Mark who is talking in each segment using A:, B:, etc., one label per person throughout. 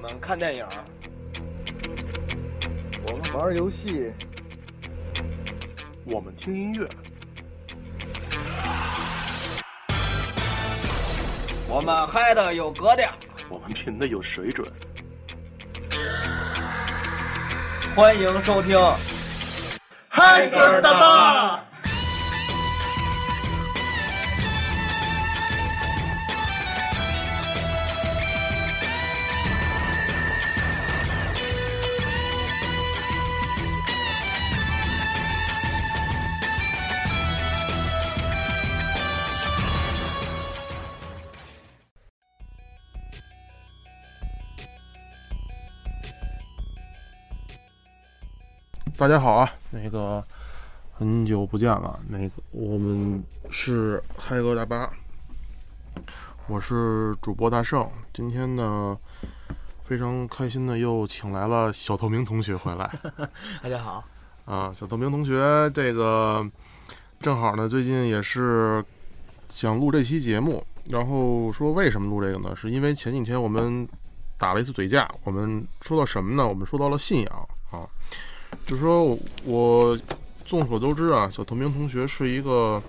A: 们看电影，我们玩游戏，
B: 我们听音乐，
C: 我们嗨的有格调，
B: 我们品的有水准。
C: 欢迎收听。
B: 嗨
C: 歌儿大
B: 大，大家好啊！那个嗯很久不见了，那个我们是嗨哥大巴，我是主播大圣。今天呢，非常开心的又请来了小透明同学回来。
D: 大家好，
B: 啊，小透明同学，这个正好呢，最近也是想录这期节目，然后说为什么录这个呢？是因为前几天我们打了一次嘴架，我们说到什么呢？我们说到了信仰啊，就是说我众所周知啊，小透明同学是一个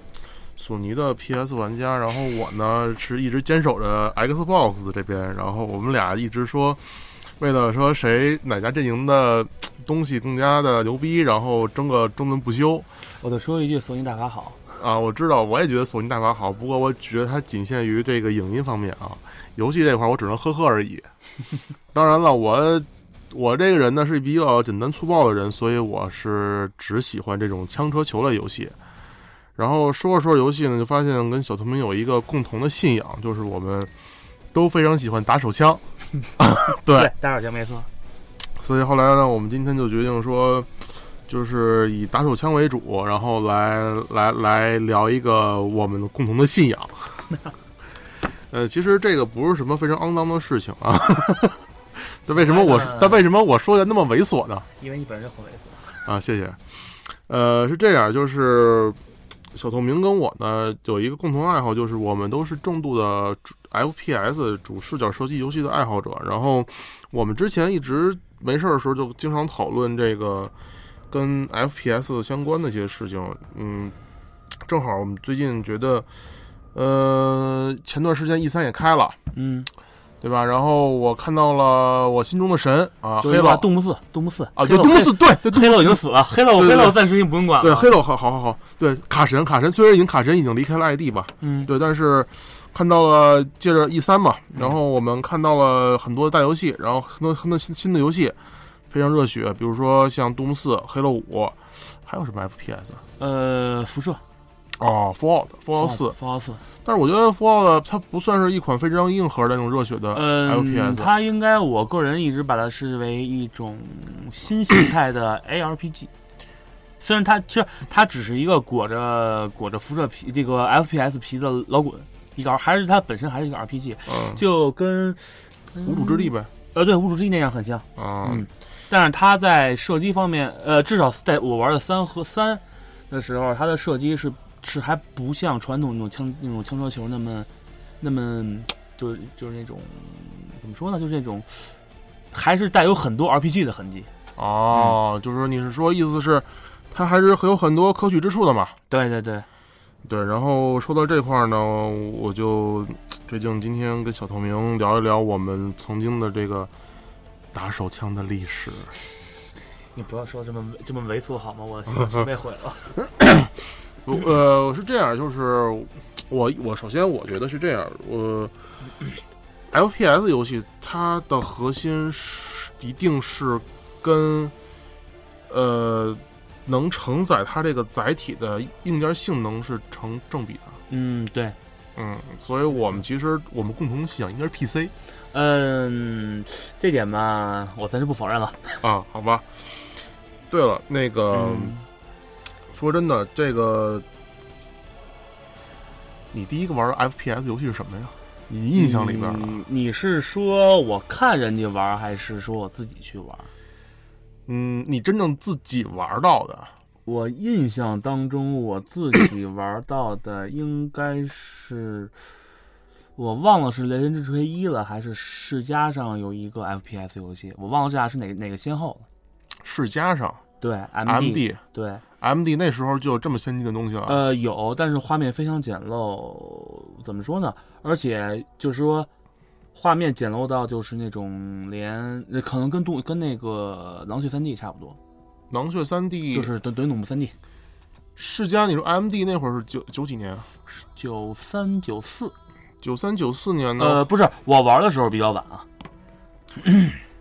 B: 索尼的 PS 玩家，然后我呢是一直坚守着 Xbox 的这边，然后我们俩一直说，为了说谁哪家阵营的东西更加的牛逼，然后争个争论不休
D: 我得说一句，索尼大法好。
B: 啊！我知道，我也觉得索尼大法好，不过我觉得它仅限于这个影音方面啊，游戏这块儿我只能呵呵而已。当然了，我我这个人呢是比较简单粗暴的人，所以我是只喜欢这种枪车球类游戏。然后说着说着游戏呢，就发现跟小透明有一个共同的信仰，就是我们都非常喜欢打手 枪。对，
D: 打手枪没错。
B: 所以后来呢，我们今天就决定说，就是以打手枪为主，然后来来来聊一个我们共同的信 仰。呃，其实这个不是什么非常肮脏的事情啊。那为什么我
D: 说白了
B: 但为什么我说的那么猥琐呢？
D: 因为你本身就很猥琐。
B: 啊，谢谢。呃，是这样，就是小透明跟我呢有一个共同爱好，就是我们都是重度的主 FPS 主视角射击游戏的爱好者。然后我们之前一直没事儿的时候就经常讨论这个跟 FPS 相关的一些事情。嗯，正好我们最近觉得，呃，前段时间 E 三也开了。
D: 嗯，
B: 对吧？然后我看到了我心中的神啊，
D: 就
B: 黑
D: 是
B: 老
D: 把杜牧四，杜牧四
B: 啊，对，东四对对
D: 黑老已经死了，黑老
B: 对对
D: 黑
B: 对
D: 老暂时已经不用管了。
B: 对，黑楼好好好好，对卡神卡神虽然已经卡神已经离开了 ID 吧，
D: 嗯，
B: 对，但是看到了借着 E 三嘛，然后我们看到了很多大游戏，然后很多很多新新的游戏非常热血，比如说像《Doom 四》《黑楼五》，还有什么 FPS
D: 呃，辐射，
B: 哦，《Fallout》《Fallout 四》，
D: ，Fallout 四，
B: 但是我觉得《Fallout》它不算是一款非常硬核的那种热血的
D: 嗯，
B: FPS，、
D: 它应该我个人一直把它视为一种新形态的 ARPG。虽然它其实它只是一个裹着裹着辐射皮这个 FPS 皮的老滚，一个还是它本身还是一个 RPG，
B: 嗯，
D: 就跟
B: 无主之地呗，
D: 呃对《无主之地》那样很像。
B: 啊、
D: 嗯但是它在射击方面，呃，至少在我玩的三和三的时候，它的射击是是还不像传统那种枪那种枪车球那么那么就是就是那种怎么说呢，就是那种还是带有很多 RPG 的痕迹。
B: 哦，就是说你是说意思是它还是很有很多可取之处的嘛？
D: 对对对，
B: 对，然后说到这块儿呢，我就决定今天跟小透明聊一聊我们曾经的这个打手枪的历史。
D: 你不要说这么这么猥琐好吗？我
B: 嗯
D: 的心被毁了。
B: 不呃，是这样，就是我我首先我觉得是这样，我 FPS 游戏它的核心是一定是跟呃能承载它这个载体的硬件性能是成正比的。
D: 嗯，对，
B: 嗯，所以我们其实我们共同信仰应该是 PC。
D: 嗯，这点吧，我暂时不否认了。
B: 啊，好吧。对了，那个、
D: 嗯，
B: 说真的，这个你第一个玩的 FPS 游戏是什么呀？你印象里边啊的？
D: 嗯你是说我看人家玩，还是说我自己去玩？
B: 嗯，你真正自己玩到的
D: 我印象当中，我自己玩到的应该是，我忘了是《雷神之锤一》了，还是世嘉上有一个 FPS 游戏，我忘了这俩是哪哪个先后了。
B: 世嘉上
D: 对
B: MD
D: 对，
B: MD 那时候就有这么先进的东西了。
D: 呃，有，但是画面非常简陋，怎么说呢？而且就是说，画面简陋到就是那种连那可能跟杜跟那个《狼血三 D》差不多，
B: 狼血三 D
D: 就是等等于《努姆三 D》
B: 世嘉，你说 MD 那会儿是九九几年啊？
D: 九三九四。
B: 九三九四年呢？
D: 呃，不是，我玩的时候比较晚啊。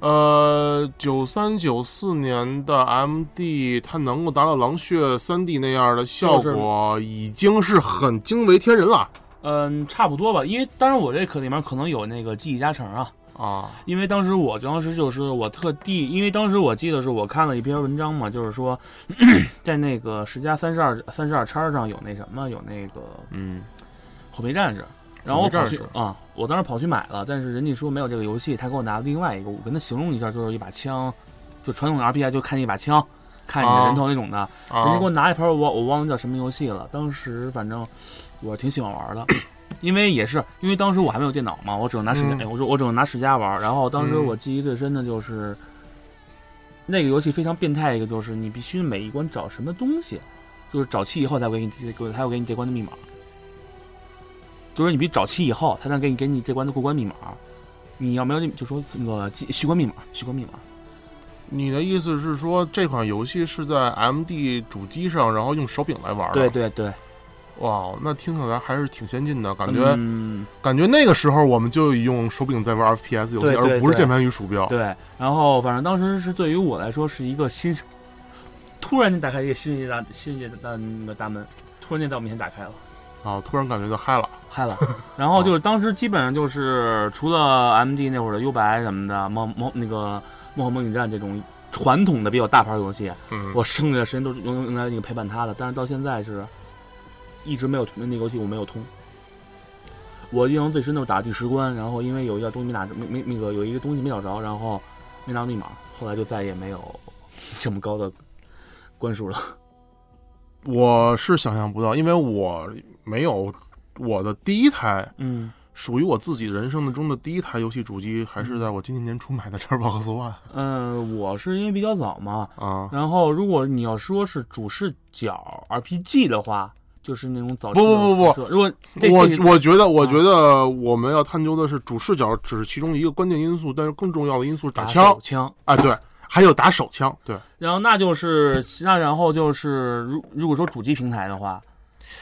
B: 呃，九三九四年的 MD，它能够达到狼血三 D 那样的效果，已经是很惊为天人了
D: 嗯，差不多吧，因为当然我这可里面可能有那个记忆加成啊，
B: 啊！
D: 因为当时我当时就是我特地，因为当时我记得是我看了一篇文章嘛，就是说 在那个十加三十二三十二叉上有那什么有那个
B: 嗯，
D: 火焙战士，然后我跑去
B: 火
D: 啊
B: 焙、
D: 我当时跑去买了，但是人家说没有这个游戏，他给我拿了另外一个，我跟他形容一下，就是一把枪，就传统的 RPG 就看一把枪，看你的人头那种的，人
B: 啊
D: 家给我拿一盘我我忘了叫什么游戏了，当时反正我挺喜欢玩的，因为也是因为当时我还没有电脑嘛，我只能拿世嘉、
B: 嗯
D: 哎我说我只能拿世嘉玩。然后当时
B: 嗯
D: 我记忆最深的就是、那个游戏非常变态，一个就是你必须每一关找什么东西，就是找齐以后才会给你这个才会给你这关的密码，就是你必须找齐以后，才能给你给你这关的过关密码。你要没有这就说那个记虚关密码，虚关密码。
B: 你的意思是说这款游戏是在 MD 主机上，然后用手柄来玩的？
D: 对对对，
B: 哇，那听起来还是挺先进的，感觉、
D: 嗯
B: 感觉那个时候我们就用手柄在玩 FPS 游戏，
D: 对对
B: 而不是
D: 对
B: 键盘与鼠标。
D: 对，然后反正当时是对于我来说是一个新，突然间打开一个新世界大新世界大那个大门，突然间在我面前打开了，
B: 啊，突然感觉到嗨了。
D: 嗨了。然后就是当时基本上就是除了 MD 那会儿的幽白什么的，梦梦那个梦幻梦影战这种传统的比较大牌游戏，
B: 嗯，
D: 我剩下的时间都是用用来那个陪伴他的，但是到现在是一直没有那个游戏我没有通。我印象最深的是打第十关，然后因为有一样东西没打着，没没那个有一个东西没找着，然后没拿到密码，后来就再也没有这么高的关数了。
B: 我是想象不到，因为我没有我的第一台
D: 嗯，
B: 属于我自己人生的中的第一台游戏主机，还是在
D: 嗯
B: 我今年年初买的 Xbox One
D: 呃，我是因为比较早嘛，
B: 啊。
D: 然后如果你要说是主视角 RPG 的话，就是那种早期
B: 不
D: 的
B: 不不不
D: 辐射如果这
B: 我
D: 这
B: 我觉得，我
D: 啊
B: 觉得我们要探究的是主视角只是其中一个关键因素，但是更重要的因素是
D: 打
B: 枪
D: 手枪，
B: 啊，对，还有打手枪，对。
D: 然后那就是那然后就是如如果说主机平台的话，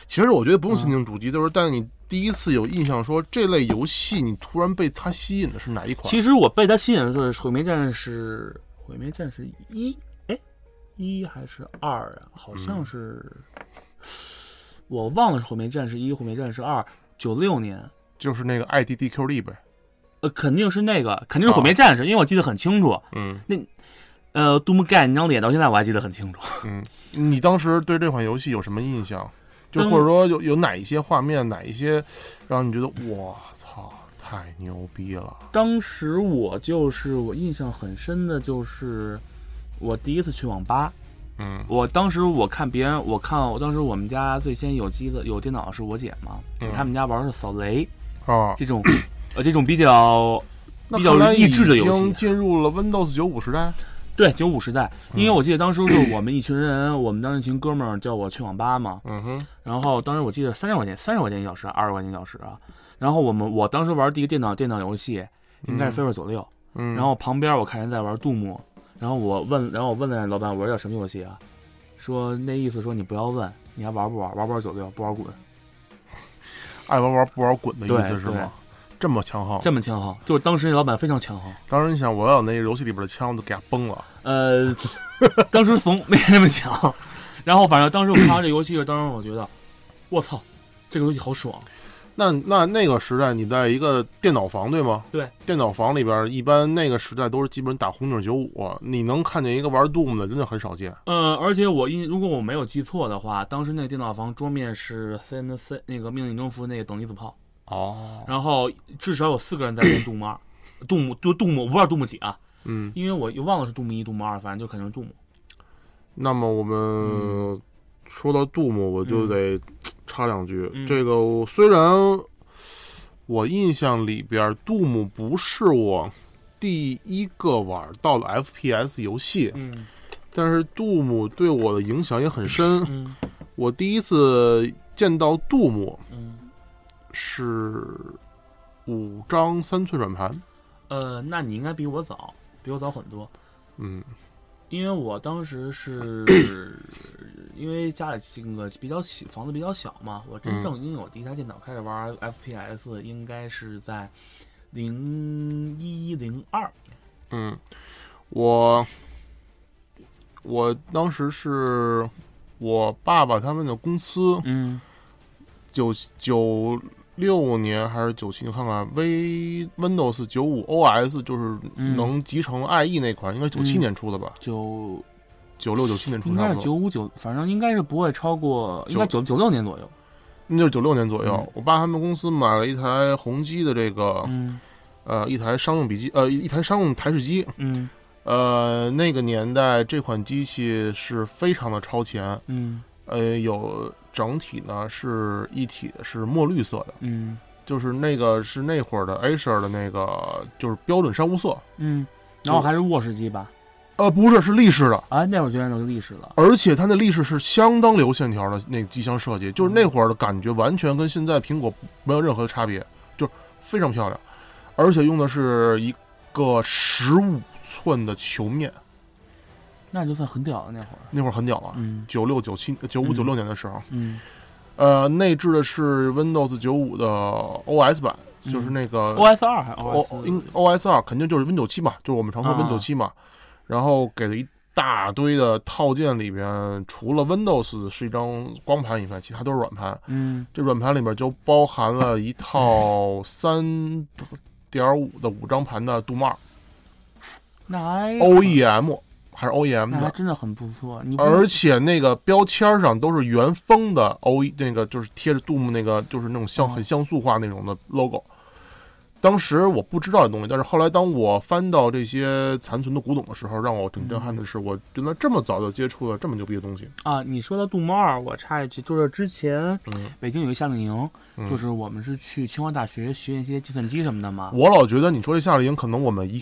B: 其实我觉得
D: 嗯
B: 不用限定主机，就是但你第一次有印象说这类游戏，你突然被它吸引的是哪一款？
D: 其实我被它吸引的就是《毁灭战士》，《毁灭战士一》哎，一还是二
B: 嗯
D: 啊？好像是、我忘了是《毁灭战士一》《毁灭战士二》，九六年，
B: 就是那个 IDDQD 呗，
D: 呃，肯定是那个，肯定是《毁
B: 哦
D: 灭战士》因为我记得很清楚。
B: 嗯
D: 呃，杜牧盖那张脸到现在我还记得很清楚。
B: 嗯，你当时对这款游戏有什么印象？就
D: 当
B: 或者说有有哪一些画面，哪一些让你觉得我操太牛逼了？
D: 当时我就是我印象很深的就是我第一次去网吧，
B: 嗯
D: 我当时我看别人，我看我当时我们家最先有机子有电脑是我姐嘛，
B: 嗯
D: 他们家玩的是扫雷
B: 啊，
D: 这种，呃，这种比较
B: 那
D: 比较
B: 看来
D: 益智的游戏
B: 已经进入了 Windows 九五时代。
D: 对九五时代，因为
B: 嗯
D: 我记得当时是我们一群人，我们当时一群哥们儿叫我去网吧嘛，
B: 嗯哼，
D: 然后当时我记得三十块钱，三十块钱一小时，二十块钱一小时啊，然后我们我当时玩第一个电脑电脑游戏应该是飞 a 九六，
B: 嗯，
D: 然后旁边我看人在玩杜牧，然后我问，然后我问了老板，我说叫什么游戏啊？说那意思说你不要问，你还玩不玩？玩不玩九六？不玩滚。
B: 爱玩玩不玩滚的意思
D: 对
B: 是吗？这么强横，
D: 这么强横，就是当时那老板非常强横。
B: 当时你想，我要有那个游戏里边的枪，我都给它崩了。
D: 呃，当时怂没那么强，然后反正当时我看完这游戏的时候，当时我觉得，我操，这个游戏好爽。
B: 那那那个时代，你在一个电脑房对吗？
D: 对，
B: 电脑房里边，一般那个时代都是基本打红警九五，你能看见一个玩 Doom 的，真的很少见。
D: 呃，而且我印，如果我没有记错的话，当时那个电脑房桌面是 CNC 那个命令征服那个等离子炮，
B: 哦，
D: 然后至少有四个人在练杜牧二，杜牧就杜牧，我不知道杜牧几啊，
B: 嗯，
D: 因为我又忘了是杜牧一、杜牧二，反正就肯定是杜牧。
B: 那么我们
D: 嗯
B: 说到 Doom，我就得插两句。
D: 嗯
B: 这个我虽然我印象里边，杜牧不是我第一个玩到的 FPS 游戏，
D: 嗯
B: 但是杜牧对我的影响也很深。
D: 嗯
B: 我第一次见到杜牧
D: 嗯，
B: 是五张三寸软盘，
D: 呃，那你应该比我早，比我早很多，
B: 嗯
D: 因为我当时是因为家里这个比较小，房子比较小嘛，我
B: 嗯
D: 真正拥有第一台电脑开始玩 FPS 应该是在零一零二，
B: 嗯，我我当时是我爸爸他们的公司
D: 嗯
B: 九九六年还是九七？你看看 V Windows 九五 OS 就是
D: 嗯
B: 能集成 IE 那款，应该是九七年出的吧？
D: 九
B: 九六九七年出
D: 应该
B: 差
D: 是
B: 不
D: 九
B: 多，
D: 五九，反正应该是不会超过，应该九九六年左右，
B: 那就是九六年左右。
D: 嗯
B: 我爸他们公司买了一台宏基的这个、
D: 嗯
B: 呃一台商用笔记呃一台商用台式机，
D: 嗯
B: 呃那个年代这款机器是非常的超前，
D: 嗯
B: 呃有整体呢是一体是墨绿色的，
D: 嗯
B: 就是那个是那会儿的 Acer 的那个就是标准商务色。
D: 嗯，然后还是卧室机吧，
B: 呃，不是，是立式的，
D: 啊，那会儿觉得都是历史了，
B: 而且它那立式是相当流线条的那个机箱设计，就是那会儿的感觉完全跟现在苹果没有任何差别，就是非常漂亮，而且用的是一个十五寸的球面，
D: 那就算很屌了那会儿，
B: 那会儿很屌啊，
D: 嗯
B: 九六九七九五九六年的时候，
D: 嗯
B: 呃，内置的是 Windows 九五的 OS 版，就是那个
D: ，OS 二还
B: O
D: OS
B: 哦应 OS 二肯定就是 Win 九七嘛，就是我们常说
D: 啊
B: Win 九七嘛，然后给了一大堆的套件里边，除了 Windows 是一张光盘以外，其他都是软盘。
D: 嗯
B: 这软盘里面就包含了一套三点五的五张盘的杜曼
D: 那还
B: 哦 OEM 还是 OEM
D: 那还
B: 的，
D: 真的很不错，你不
B: 而且那个标签上都是原封的 O E 那个就是贴着杜牧那个就是那种像
D: 哦
B: 很像素化那种的 logo。当时我不知道这东西，但是后来当我翻到这些残存的古董的时候，让我挺震撼的是，我原来这么早就接触了这么牛逼的东西。
D: 啊，你说到杜猫二，我插一句，就是之前
B: 嗯，
D: 北京有一个夏令营，
B: 嗯
D: 就是我们是去清华大学学一些计算机什么的嘛，
B: 我老觉得你说这夏令营可能我们一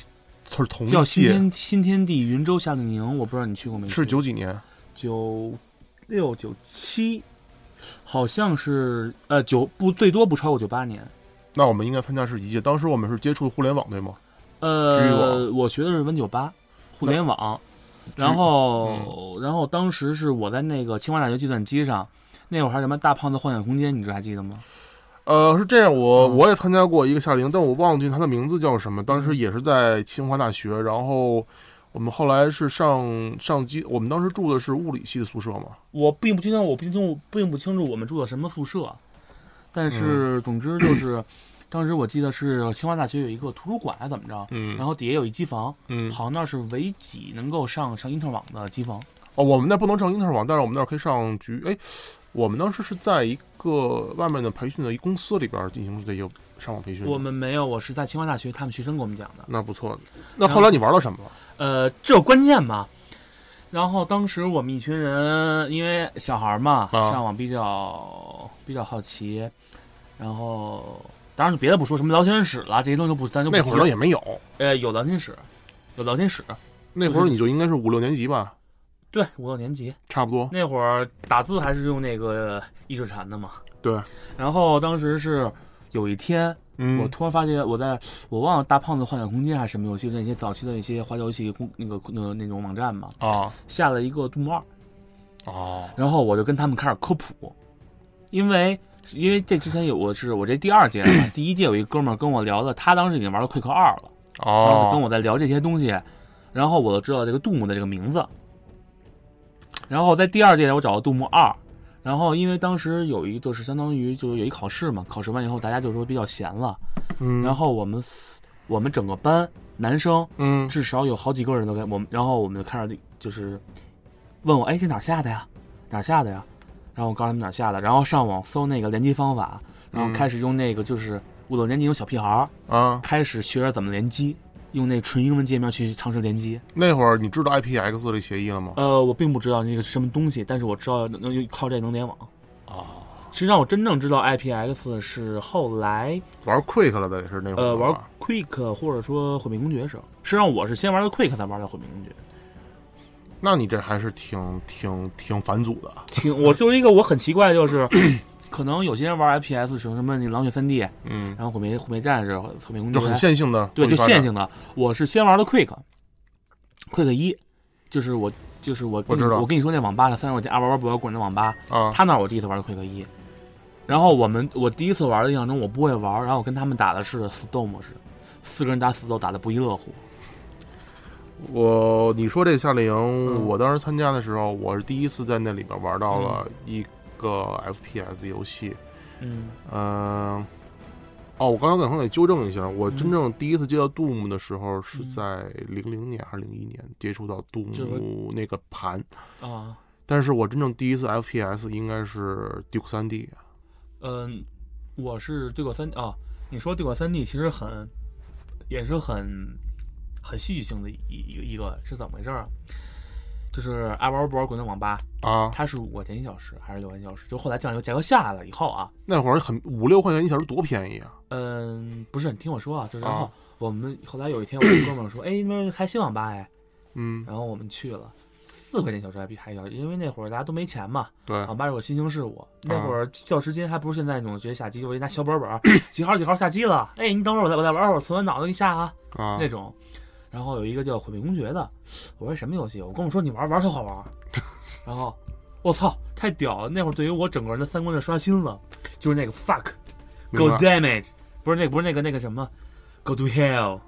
B: 是同
D: 叫
B: 一
D: 新
B: 届，
D: 天新天地云州夏令营，我不知道你去过没去？
B: 是九几年，
D: 九六九七，好像是呃九不最多不超过九八年。
B: 那我们应该参加是一届。当时我们是接触互联网对吗？局域
D: 呃，
B: 网
D: 我学的是 Win 九八互联网，
B: 局
D: 然后、然后当时是我在那个清华大学计算机上，那会儿还有什么大胖子幻想空间，你这还记得吗？
B: 呃，是这样，我、
D: 嗯
B: 我也参加过一个夏令营，但我忘记它的名字叫什么。当时也是在清华大学，然后我们后来是上上机，我们当时住的是物理系的宿舍嘛。
D: 我并不清楚，我并不清楚，并不清楚我们住的什么宿舍，但是、总之就是， 当时我记得是清华大学有一个图书馆还是怎么着，
B: 嗯
D: 然后底下有一机房，
B: 嗯，
D: 好像那是唯几能够上上因特网的机房。
B: 哦，我们那不能上英特尔网，但是我们那儿可以上局。哎，我们当时是在一个外面的培训的一公司里边进行这些上网培训。
D: 我们没有，我是在清华大学他们学生给我们讲的。
B: 那不错。那后来你玩到什么了？
D: 呃，这有关键嘛。然后当时我们一群人，因为小孩嘛，
B: 啊
D: 上网比较比较好奇，然后当然别的不说，什么聊天室啦这些东西都不，咱就不
B: 那
D: 提
B: 会儿
D: 了
B: 呢也没有，
D: 呃，有聊天室，有聊天室。
B: 那会儿你就应该是五六年级吧，
D: 对，五六年级
B: 差不多。
D: 那会儿打字还是用那个易制禅的嘛。
B: 对。
D: 然后当时是有一天，我
B: 嗯，
D: 突然发现我在我忘了大胖子幻想空间还是什么游戏，那些早期的一些花游戏公那个那个那种网站嘛，
B: 啊
D: 下了一个杜牧二，
B: 哦，
D: 然后我就跟他们开始科普，因为。因为这之前有我是我这第二届了 嘛，第一届有一哥们儿跟我聊的，他当时已经玩到 Quick 二了，然后就啊跟
B: 哦，
D: 我在聊这些东西，然后我就知道这个杜牧的这个名字。然后在第二届我找到杜牧二，然后因为当时有一就是相当于就是有一考试嘛，考试完以后大家就说比较闲了，
B: 嗯，
D: 然后我们四我们整个班男生
B: 嗯
D: 至少有好几个人都跟我们，然后我们就开始就是问我，哎，这哪儿下的呀？哪儿下的呀？然后我告诉他们哪儿下的，然后上网搜那个联机方法，然后
B: 嗯
D: 开始用那个就是五六年级有小屁孩儿，
B: 啊，
D: 开始学着怎么联机，用那纯英文界面去尝试联机。
B: 那会儿你知道 IPX 这协议了吗？
D: 呃，我并不知道那个是什么东西，但是我知道能能用靠这能联网。
B: 啊，
D: 实际上我真正知道 IPX 是后来
B: 玩 Quick 了的也是那会儿吧。
D: 呃玩 Quick 或者说毁灭公爵时候，实际上我是先玩的 Quick 才玩的毁灭公爵。
B: 那你这还是挺挺挺反祖的。
D: 挺我就是一个我很奇怪的就是，可能有些人玩 FPS 什么什么你狼血三 D，然
B: 嗯，
D: 后毁灭毁灭战士、毁灭公爵，啊
B: 就很线性的，
D: 对，就
B: 发展
D: 线。性的。我是先玩的 Quick，Quick 一，就是我就是我跟你
B: 我知道
D: 我跟你说那网吧了，三十块钱二啊玩玩不玩滚的网吧，
B: 啊，
D: 他那儿我第一次玩的 Quick 一。然后我们我第一次玩的印象中我不会玩，然后我跟他们打的是死斗模式，四个人打死斗打的不亦乐乎。
B: 我你说这夏令
D: 嗯
B: 营，我当时参加的时候，我是第一次在那里边玩到了一个 FPS 游戏。
D: 嗯
B: 嗯，哦，我刚才可能得纠正一下，我真正第一次接到 Doom 的时候是
D: 嗯
B: 在零零年还是零一年接触到
D: 这个
B: Doom 那个盘，
D: 啊
B: 但是我真正第一次 FPS 应该是 Duke 三 D。
D: 嗯，我是对过三啊，你说对过三 D 其实很也是很很戏剧性的一一个一个是怎么回事儿啊？就是爱玩不玩滚的网吧，
B: 啊，
D: 它是五块钱一小时还是六块钱一小时？就后来酱油价格下来了以后啊，
B: 那会儿很五六块钱一小时多便宜啊！
D: 嗯，不是，你听我说啊，就是然后
B: 啊
D: 我们后来有一天，我跟哥们儿说，哎，那边开新网吧哎，
B: 嗯，
D: 然后我们去了，四块钱一小时还比还小，因为那会儿大家都没钱嘛，啊
B: 对，啊
D: 网吧有个新兴事物，那会儿教时间还不是现在那种直接下机，我一拿小本本儿，几号几号下机了，哎，你等会儿我再我再玩会儿，存完脑子给你下啊
B: 啊，
D: 那种。然后有一个叫《毁灭公爵》的，我说什么游戏？我跟我说你玩玩特好玩儿，然后我操，太屌了！那会儿对于我整个人的三观的刷新了，就是那个 fuck
B: 明
D: go
B: 白
D: damage，不是那个不是那个那个什么 go to hell，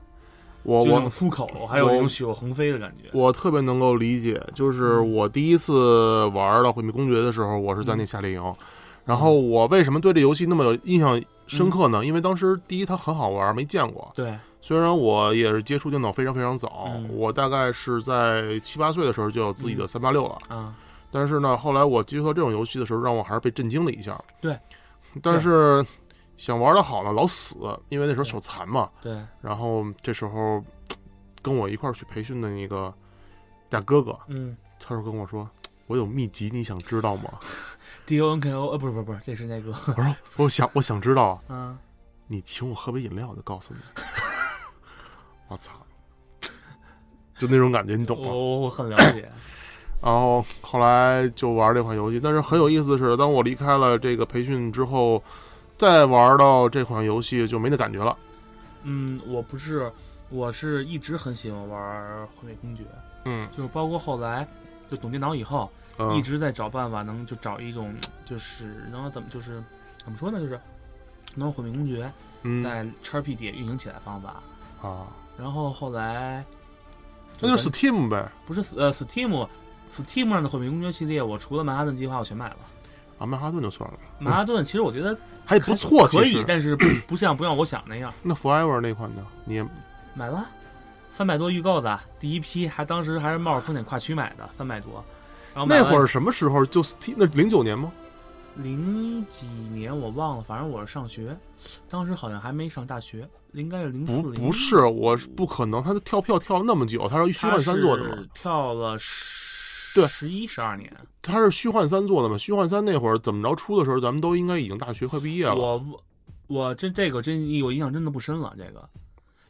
B: 我
D: 就那
B: 我
D: 种粗口，还有
B: 我
D: 那种血肉横飞的感觉。
B: 我特别能够理解，就是我第一次玩到《毁灭公爵》的时候，我是在那夏令营。然后我为什么对这游戏那么有印象深刻呢？因为当时第一它很好玩，没见过。
D: 对，
B: 虽然我也是接触电脑非常非常早，
D: 嗯
B: 我大概是在七八岁的时候就有自己的三八六了。
D: 啊，
B: 但是呢，后来我接触到这种游戏的时候，让我还是被震惊了一下。
D: 对，
B: 但是想玩的好呢，老死，因为那时候手残嘛。
D: 对，
B: 然后这时候跟我一块儿去培训的那个大哥哥，
D: 嗯
B: 他说跟我说。我有秘籍，你想知道吗？
D: ，D O N K O，呃，不是不是不是，这是那个，
B: 我说，我想，我想知道啊。
D: 嗯。
B: 你请我喝杯饮料，我就告诉你。 我操，就那种感觉，你懂吗？
D: 我我很了解，
B: 然后后来就玩这款游戏，但是很有意思的是，当我离开了这个培训之后，再玩到这款游戏就没那感觉了。
D: 嗯，我不是，我是一直很喜欢玩《毁灭公爵》，
B: 嗯
D: 就是包括后来就懂电脑以后，一
B: 嗯
D: 直在找办法能就找一种就是能怎么就是怎么说呢，就是能让《毁灭公爵》
B: 嗯
D: 在 XP 底下运行起来的方法。
B: 啊，
D: 然后后来
B: 那就是 Steam 呗
D: 不是呃 Steam Steam 上的《毁灭公爵》系列，我除了曼哈顿计划我全买了。
B: 啊，曼哈顿就算了，
D: 曼哈顿其实我觉得
B: 还哎不错，
D: 可
B: 其
D: 以
B: 实，
D: 但是不不像不像我想那样。
B: 那 Forever 那款呢？你也
D: 买了，三百多预购的，第一批还当时还是冒着风险跨区买的，三百多。然后买
B: 那
D: 完
B: 会儿什么时候？就 Steam 那零九年吗？
D: 零几年我忘了，反正我是上学，当时好像还没上大学，应该是零四
B: 不，
D: 零。
B: 不是，我是不可能，他跳票跳了那么久，他是虚
D: 他
B: 幻三做的嘛？
D: 是跳了十
B: 对
D: 十一十二年。
B: 他是虚幻三做的嘛？虚幻三那会儿怎么着出的时候，咱们都应该已经大学快毕业了。
D: 我我这这个真我印象真的不深了，这个，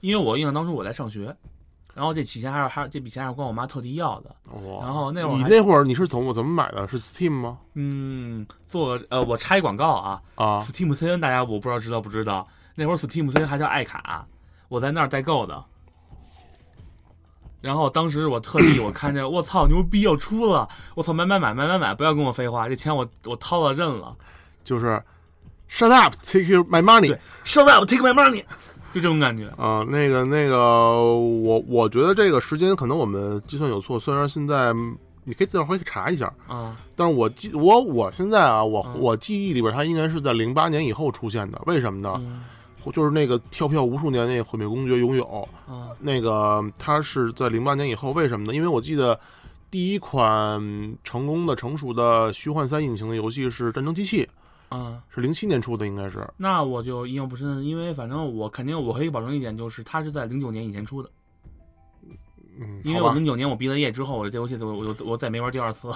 D: 因为我印象当时我在上学，然后这笔钱还是还是这笔钱还是管我妈特地要的，
B: 哇
D: 然后那会儿
B: 你
D: 还
B: 那会儿你是从我怎么买的？是 Steam 吗？
D: 嗯，做呃我插一广告啊，
B: 啊
D: Steam CN 大家我不知道知道不知道，那会儿 Steam CN 还叫爱卡，我在那儿代购的。然后当时我特地我看见我操牛逼要出了，我操买买买买买买，不要跟我废话，这钱我我掏了认了，
B: 就是 Shut up, take your my money
D: 对。上来我 take my money，就这种感觉。
B: 啊、那个那个，我我觉得这个时间可能我们计算有错，虽然现在嗯你可以再回去查一下，
D: 啊
B: 但是我记我我现在啊，我、
D: 嗯
B: 我记忆里边它应该是在零八年以后出现的，为什么呢？
D: 嗯
B: 就是那个跳票无数年那个毁灭公爵拥有，
D: 啊
B: 那个它是在零八年以后，为什么呢？因为我记得第一款成功的、成熟的虚幻三引擎的游戏是《战争机器
D: 啊！》，
B: 是零七年出的，应该是
D: 那我就印象不深，因为反正我肯定我可以保证一点，就是它是在零九年以前出的，
B: 嗯，
D: 因为
B: 好
D: 我
B: 吧
D: 零九年我毕了业之后，我这游戏就我我我再没玩第二次。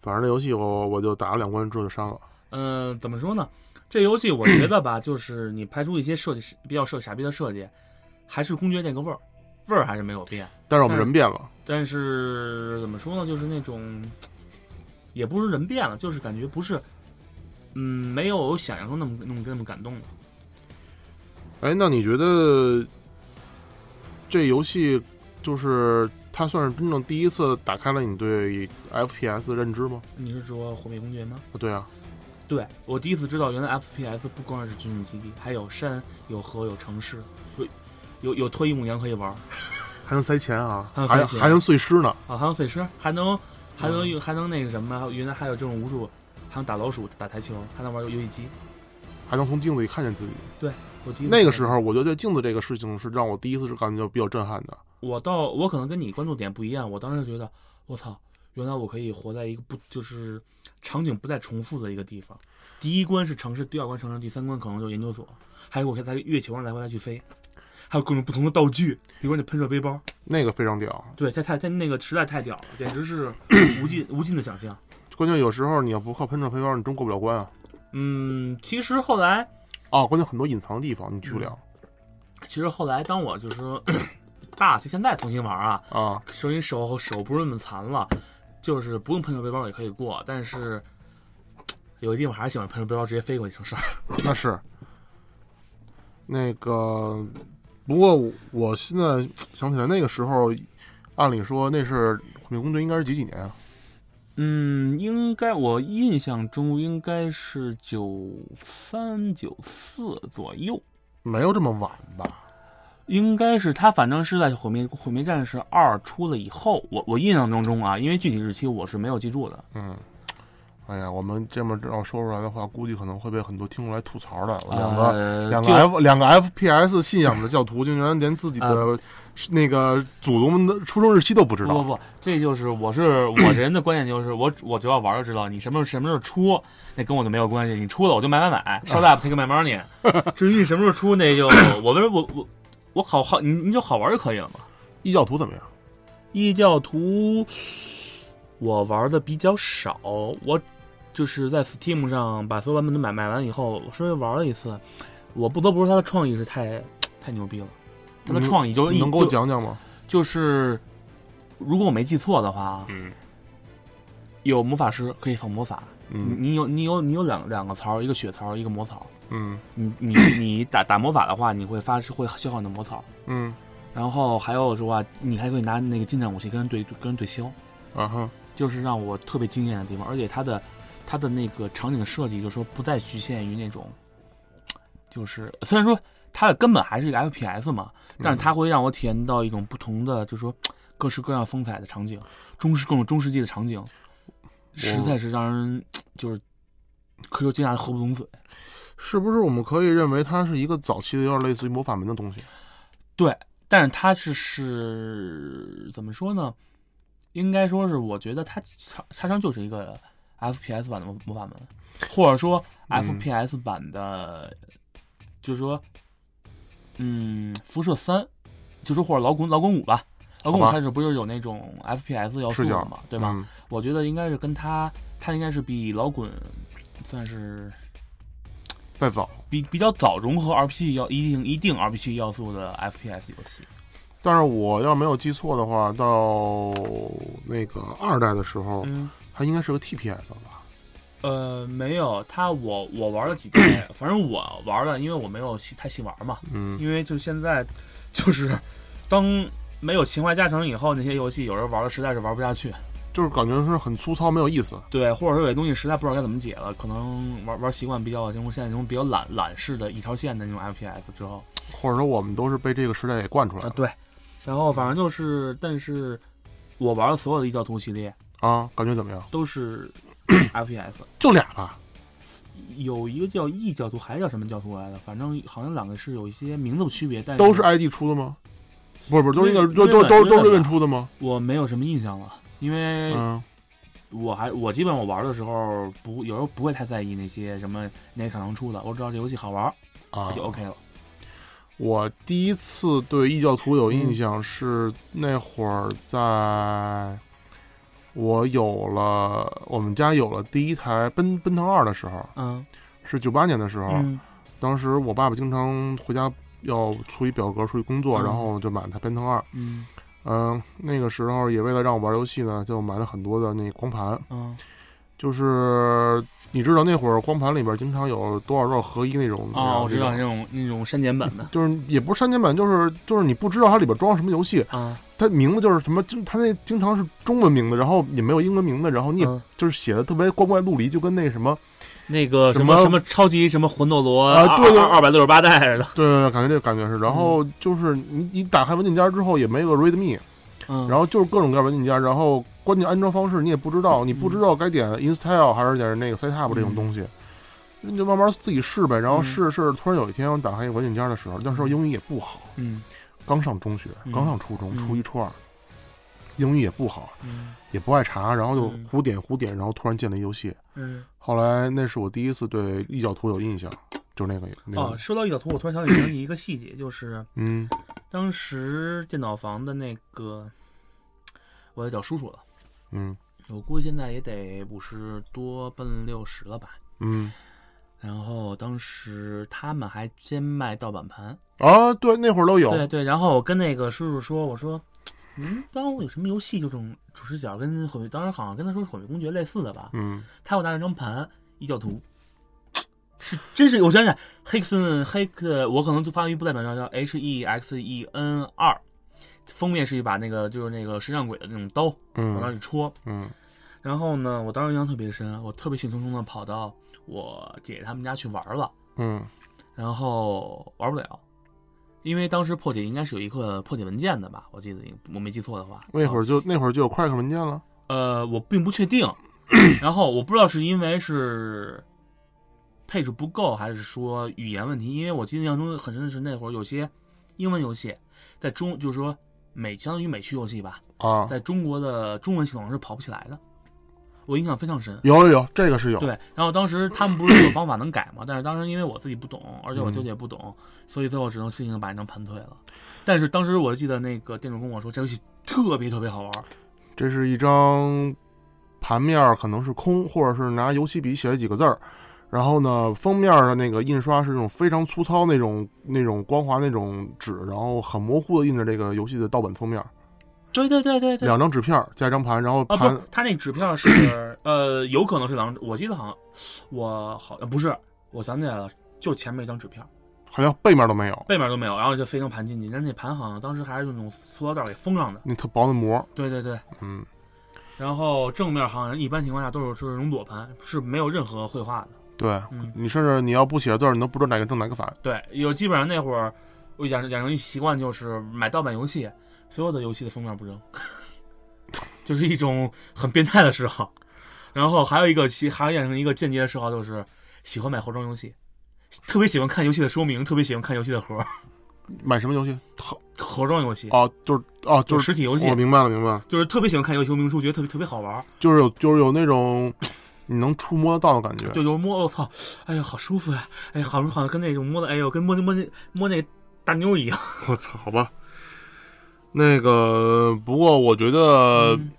B: 反正那游戏我我就打了两关之后就删了。
D: 嗯、怎么说呢？这游戏我觉得吧，就是你排除一些设计师比较设傻逼的设计，还是公爵那个味儿，味儿还是没有变。
B: 但是我们
D: 但是
B: 人变了，
D: 但是怎么说呢，就是那种，也不是人变了，就是感觉不是，嗯，没有想象中那么那么那么感动了。
B: 哎，那你觉得这游戏就是它算是真正第一次打开了你对 FPS 的认知吗？
D: 你是说《火灭公爵》吗？
B: 啊对啊，
D: 对，我第一次知道，原来 FPS 不光是军事基地，还有山、有河、有城市，有有有脱衣舞娘可以玩儿
B: 还能塞钱啊，
D: 还能
B: 还
D: 塞钱
B: 还能碎尸呢。
D: 啊，还有碎尸，还能还
B: 嗯
D: 能、还能那个什么，还有原来还有这种武术，还能打老鼠、打台球，还能玩游戏机。
B: 还能从镜子里看见自己。
D: 我第一次
B: 那个
D: 看
B: 时候，我觉得对镜子这个事情是让我第一次是感觉到比较震撼的。
D: 我到我可能跟你关注点不一样，我当时觉得我操，原来我可以活在一个不就是场景不再重复的一个地方。第一关是城市，第二关城市，第三关可能就是研究所，还有我可以在月球上来回来去飞，还有各种不同的道具，比如说那喷射背包，
B: 那个非常屌，
D: 对，它太它那个实在太屌了，简直是无尽无尽的想象。
B: 关键有时候你要不靠喷射飞镖，你真过不了关啊！
D: 嗯，其实后来
B: 啊，关键很多隐藏的地方你去不了、
D: 其实后来当我就是说大学现在重新玩啊，
B: 啊。
D: 说你手手不是那么残了，就是不用喷射背包也可以过，但是有的地方还是喜欢喷射背包直接飞过去成事 儿。
B: 那是那个，不过我我现在想起来，那个时候，按理说那是《毁灭公爵》应该是几几年啊？
D: 嗯，应该我印象中应该是九三九四左右，
B: 没有这么晚吧？
D: 应该是他反正是在毁灭毁灭战士二出了以后，我我印象当中啊，因为具体日期我是没有记住的。
B: 嗯。哎呀，我们这么要说出来的话，估计可能会被很多听众来吐槽的。我两个、
D: 呃
B: 两个
D: 就
B: F 两个 FPS 信仰的教徒，竟然连自己的那个祖宗们的出生日期都不知
D: 嗯不不
B: 道。
D: 不，这就是我是我这人的观点，就是我我只要玩就知道，你什么时候什么时候出，那跟我就没有关系。你出了我就买 买买，shut up take my money。至于你什么时候出，那就我为什么我我我好好你你就好玩就可以了嘛。
B: 异教徒怎么样？
D: 异教徒我玩的比较少，我就是在 Steam 上把所有版本都买买完以后，我稍微玩了一次，我不得不说他的创意是太太牛逼了，他的
B: 你
D: 创意就是
B: 你
D: 一
B: 能给我
D: 就
B: 讲讲吗？
D: 就是如果我没记错的话啊。
B: 嗯
D: 有魔法师可以放魔法，你
B: 嗯
D: 你有你有你有两两个槽，一个血槽，一个魔槽。
B: 嗯
D: 你 你你打打魔法的话，你会发会消耗你的魔槽。
B: 嗯
D: 然后还有说啊，你还可以拿那个近战武器跟人对跟人对消，
B: 啊哈，
D: 就是让我特别惊艳的地方。而且它的它的那个场景设计，就是说不再局限于那种，就是虽然说它的根本还是一个 FPS 嘛，但是它会让我体验到一种不同的，就是说各式各样风采的场景，中世各种中世纪的场景，实在是让人就是可说惊讶的合不拢嘴。
B: 是不是我们可以认为它是一个早期的有点类似于魔法门的东西？
D: 对，但是它是是怎么说呢？应该说是，我觉得它它它上就是一个 FPS 版的魔魔法门，或者说
B: 嗯
D: FPS 版的，就是说，嗯，辐射三，就说或者老滚老滚五吧。老滚
B: 好
D: 五
B: 吧
D: 开始不就是有那种 FPS 要素
B: 视角
D: 的嘛，对吧？
B: 嗯
D: 我觉得应该是跟它，它应该是比老滚算是
B: 再早，
D: 比比较早融合 RPG 要一定一定 RPG 要素的 FPS 游戏。
B: 但是我要没有记错的话，到那个二代的时候，
D: 嗯，
B: 它应该是个 TPS 吧？
D: 呃，没有，他我我玩了几天，反正我玩了，因为我没有细太细玩嘛，
B: 嗯，
D: 因为就现在就是当没有情怀加成以后，那些游戏有人玩了实在是玩不下去，
B: 就是感觉是很粗糙，没有意思。
D: 对，或者说有些东西实在不知道该怎么解了，可能玩玩习惯比较这种现在这种比较懒懒式的一条线的那种 FPS 之后，
B: 或者说我们都是被这个时代给惯出来的
D: 啊对，然后反正就是，但是我玩的所有的异教徒系列
B: 啊？感觉怎么样？
D: 都是 FPS，
B: 就俩吧？
D: 有一个叫异教徒，还叫什么教徒来着？反正好像两个是有一些名字的区别，但
B: 都是 ID 出的吗？不是不是，都是那个
D: 瑞
B: 都都都
D: 瑞本
B: 都是
D: 瑞
B: 认
D: 本
B: 出的吗？
D: 我没有什么印象了，因为
B: 嗯，
D: 我还我基本我玩的时候不有时候不会太在意那些什么哪个厂商出的，我只要这游戏好玩儿
B: 啊
D: 我就 OK 了。
B: 我第一次对异教徒有印象是那会儿在我有了我们家有了第一台奔奔腾二的时候，
D: 嗯
B: 是九八年的时候，
D: 嗯
B: 当时我爸爸经常回家要出一表格出去工作，
D: 嗯
B: 然后就买了台奔腾二。
D: 嗯
B: 嗯、那个时候也为了让我玩游戏呢，就买了很多的那光盘。
D: 嗯
B: 就是你知道那会儿光盘里边经常有多少多少合一那种
D: 哦，我知道
B: 那
D: 那
B: 种
D: 种那种删减版的
B: 就是也不是删减版，就是就是你不知道它里边装什么游戏，
D: 啊，
B: 它名字就是什么，就它那经常是中文名字，然后也没有英文名字，然后你也
D: 嗯
B: 就是写的特别光怪陆离，就跟那什么，
D: 那个什
B: 什
D: 么
B: 么
D: 什么超级什么魂斗罗
B: 啊对对
D: 二百六十八代似的，
B: 对对对，感觉这个感觉是。然后就是你你打开文件夹之后也没有个 README，
D: 嗯，
B: 然后就是各种各样的文件夹，然后关键安装方式你也不知道，你不知道该点 install 还是点那个 setup 这种东西，你就慢慢自己试呗。然后试着试着，突然有一天我打开一个文件夹的时候，那时候英语也不好，
D: 嗯
B: 刚上中学
D: 嗯，
B: 刚上初中，
D: 嗯
B: 初一初二，英语也不好，
D: 嗯
B: 也不爱查，然后就
D: 嗯
B: 胡点胡点，然后突然进了一游戏。
D: 嗯。
B: 后来那是我第一次对异教徒有印象，就那个那
D: 哦，
B: 个，
D: 说到异教徒，我突然想起想起一个细节，就是
B: 嗯
D: 当时电脑房的那个，我也叫叔叔了，
B: 嗯
D: 我估计现在也得五十多奔六十了吧。
B: 嗯。
D: 然后当时他们还先卖盗版盘，
B: 啊，对，那会儿都有，
D: 对对。然后我跟那个叔叔说，我说，嗯，当时我有什么游戏就这种主视角跟毁，当时好像跟他说毁灭公爵类似的吧。
B: 嗯，
D: 他给我拿了张盘，异教徒。是，真是我想想，黑克森黑克，我可能就发音不代表，叫叫 H E X E N 二，封面是一把那个就是那个神像鬼的那种刀往那
B: 嗯
D: 里戳，
B: 嗯
D: 然后呢，我当时印象特别深，我特别兴冲冲的跑到我姐姐他们家去玩了，
B: 嗯
D: 然后玩不了，因为当时破解应该是有一个破解文件的吧，我记得我没记错的话，
B: 那会儿就
D: 然后
B: 那会儿就有快克文件了，
D: 呃，我并不确定， 然后我不知道是因为是配置不够，还是说语言问题，因为我印象中很深的是那会儿有些英文游戏在中就是说美相当于美区游戏吧，
B: 啊，
D: 在中国的中文系统是跑不起来的，我印象非常深。
B: 有有有，这个是有，
D: 对，然后当时他们不是有方法能改 吗？但是当时因为我自己不懂，而且我舅舅也不懂，所以最后只能悻悻地把那张盘退了。但是当时我记得那个店主跟我说，这游戏特别特别好玩儿。
B: 这是一张盘面儿可能是空，或者是拿油漆笔写了几个字儿，然后呢，封面儿的那个印刷是那种非常粗糙那种那种光滑那种纸，然后很模糊的印着这个游戏的盗版封面儿，
D: 对对对对对，
B: 两张纸片儿加一张盘，然后
D: 啊，
B: 盘
D: 不，他那纸票是呃， 有可能是两张，我记得好像我好呃像不是，我想起来了，就前面一张纸票，
B: 好像背面都没有，
D: 背面都没有，然后就飞成盘进去，但那盘好像当时还是用那种塑料袋给封上的。
B: 那特薄的膜，
D: 对对对，
B: 嗯，
D: 然后正面好像一般情况下都是是那种裸盘，是没有任何绘画的。
B: 对。
D: 嗯，
B: 你甚至你要不写字儿，你都不知道哪个正哪个反。
D: 对，有基本上那会儿我养成养成一习惯就是买盗版游戏，所有的游戏的封面不扔， 就是一种很变态的嗜好。然后还有一个其还养成一个间接的嗜好，就是喜欢买盒装游戏，特别喜欢看游戏的说明，特别喜欢看游戏的盒儿
B: 买什么游戏？好
D: 盒装游戏，
B: 哦，就是哦，
D: 就
B: 就是是
D: 实体游戏
B: 我，明白了，明白了。
D: 就是特别喜欢看游戏说明书，觉得特别特别好玩儿，
B: 就是有就是有那种你能触摸得到的感觉。
D: 就就摸我操，哎呀好舒服呀、哎呀好好像跟那种摸的，哎呦跟摸摸那摸那大妞一样。
B: 我操，好吧。那个，不过我觉得
D: 嗯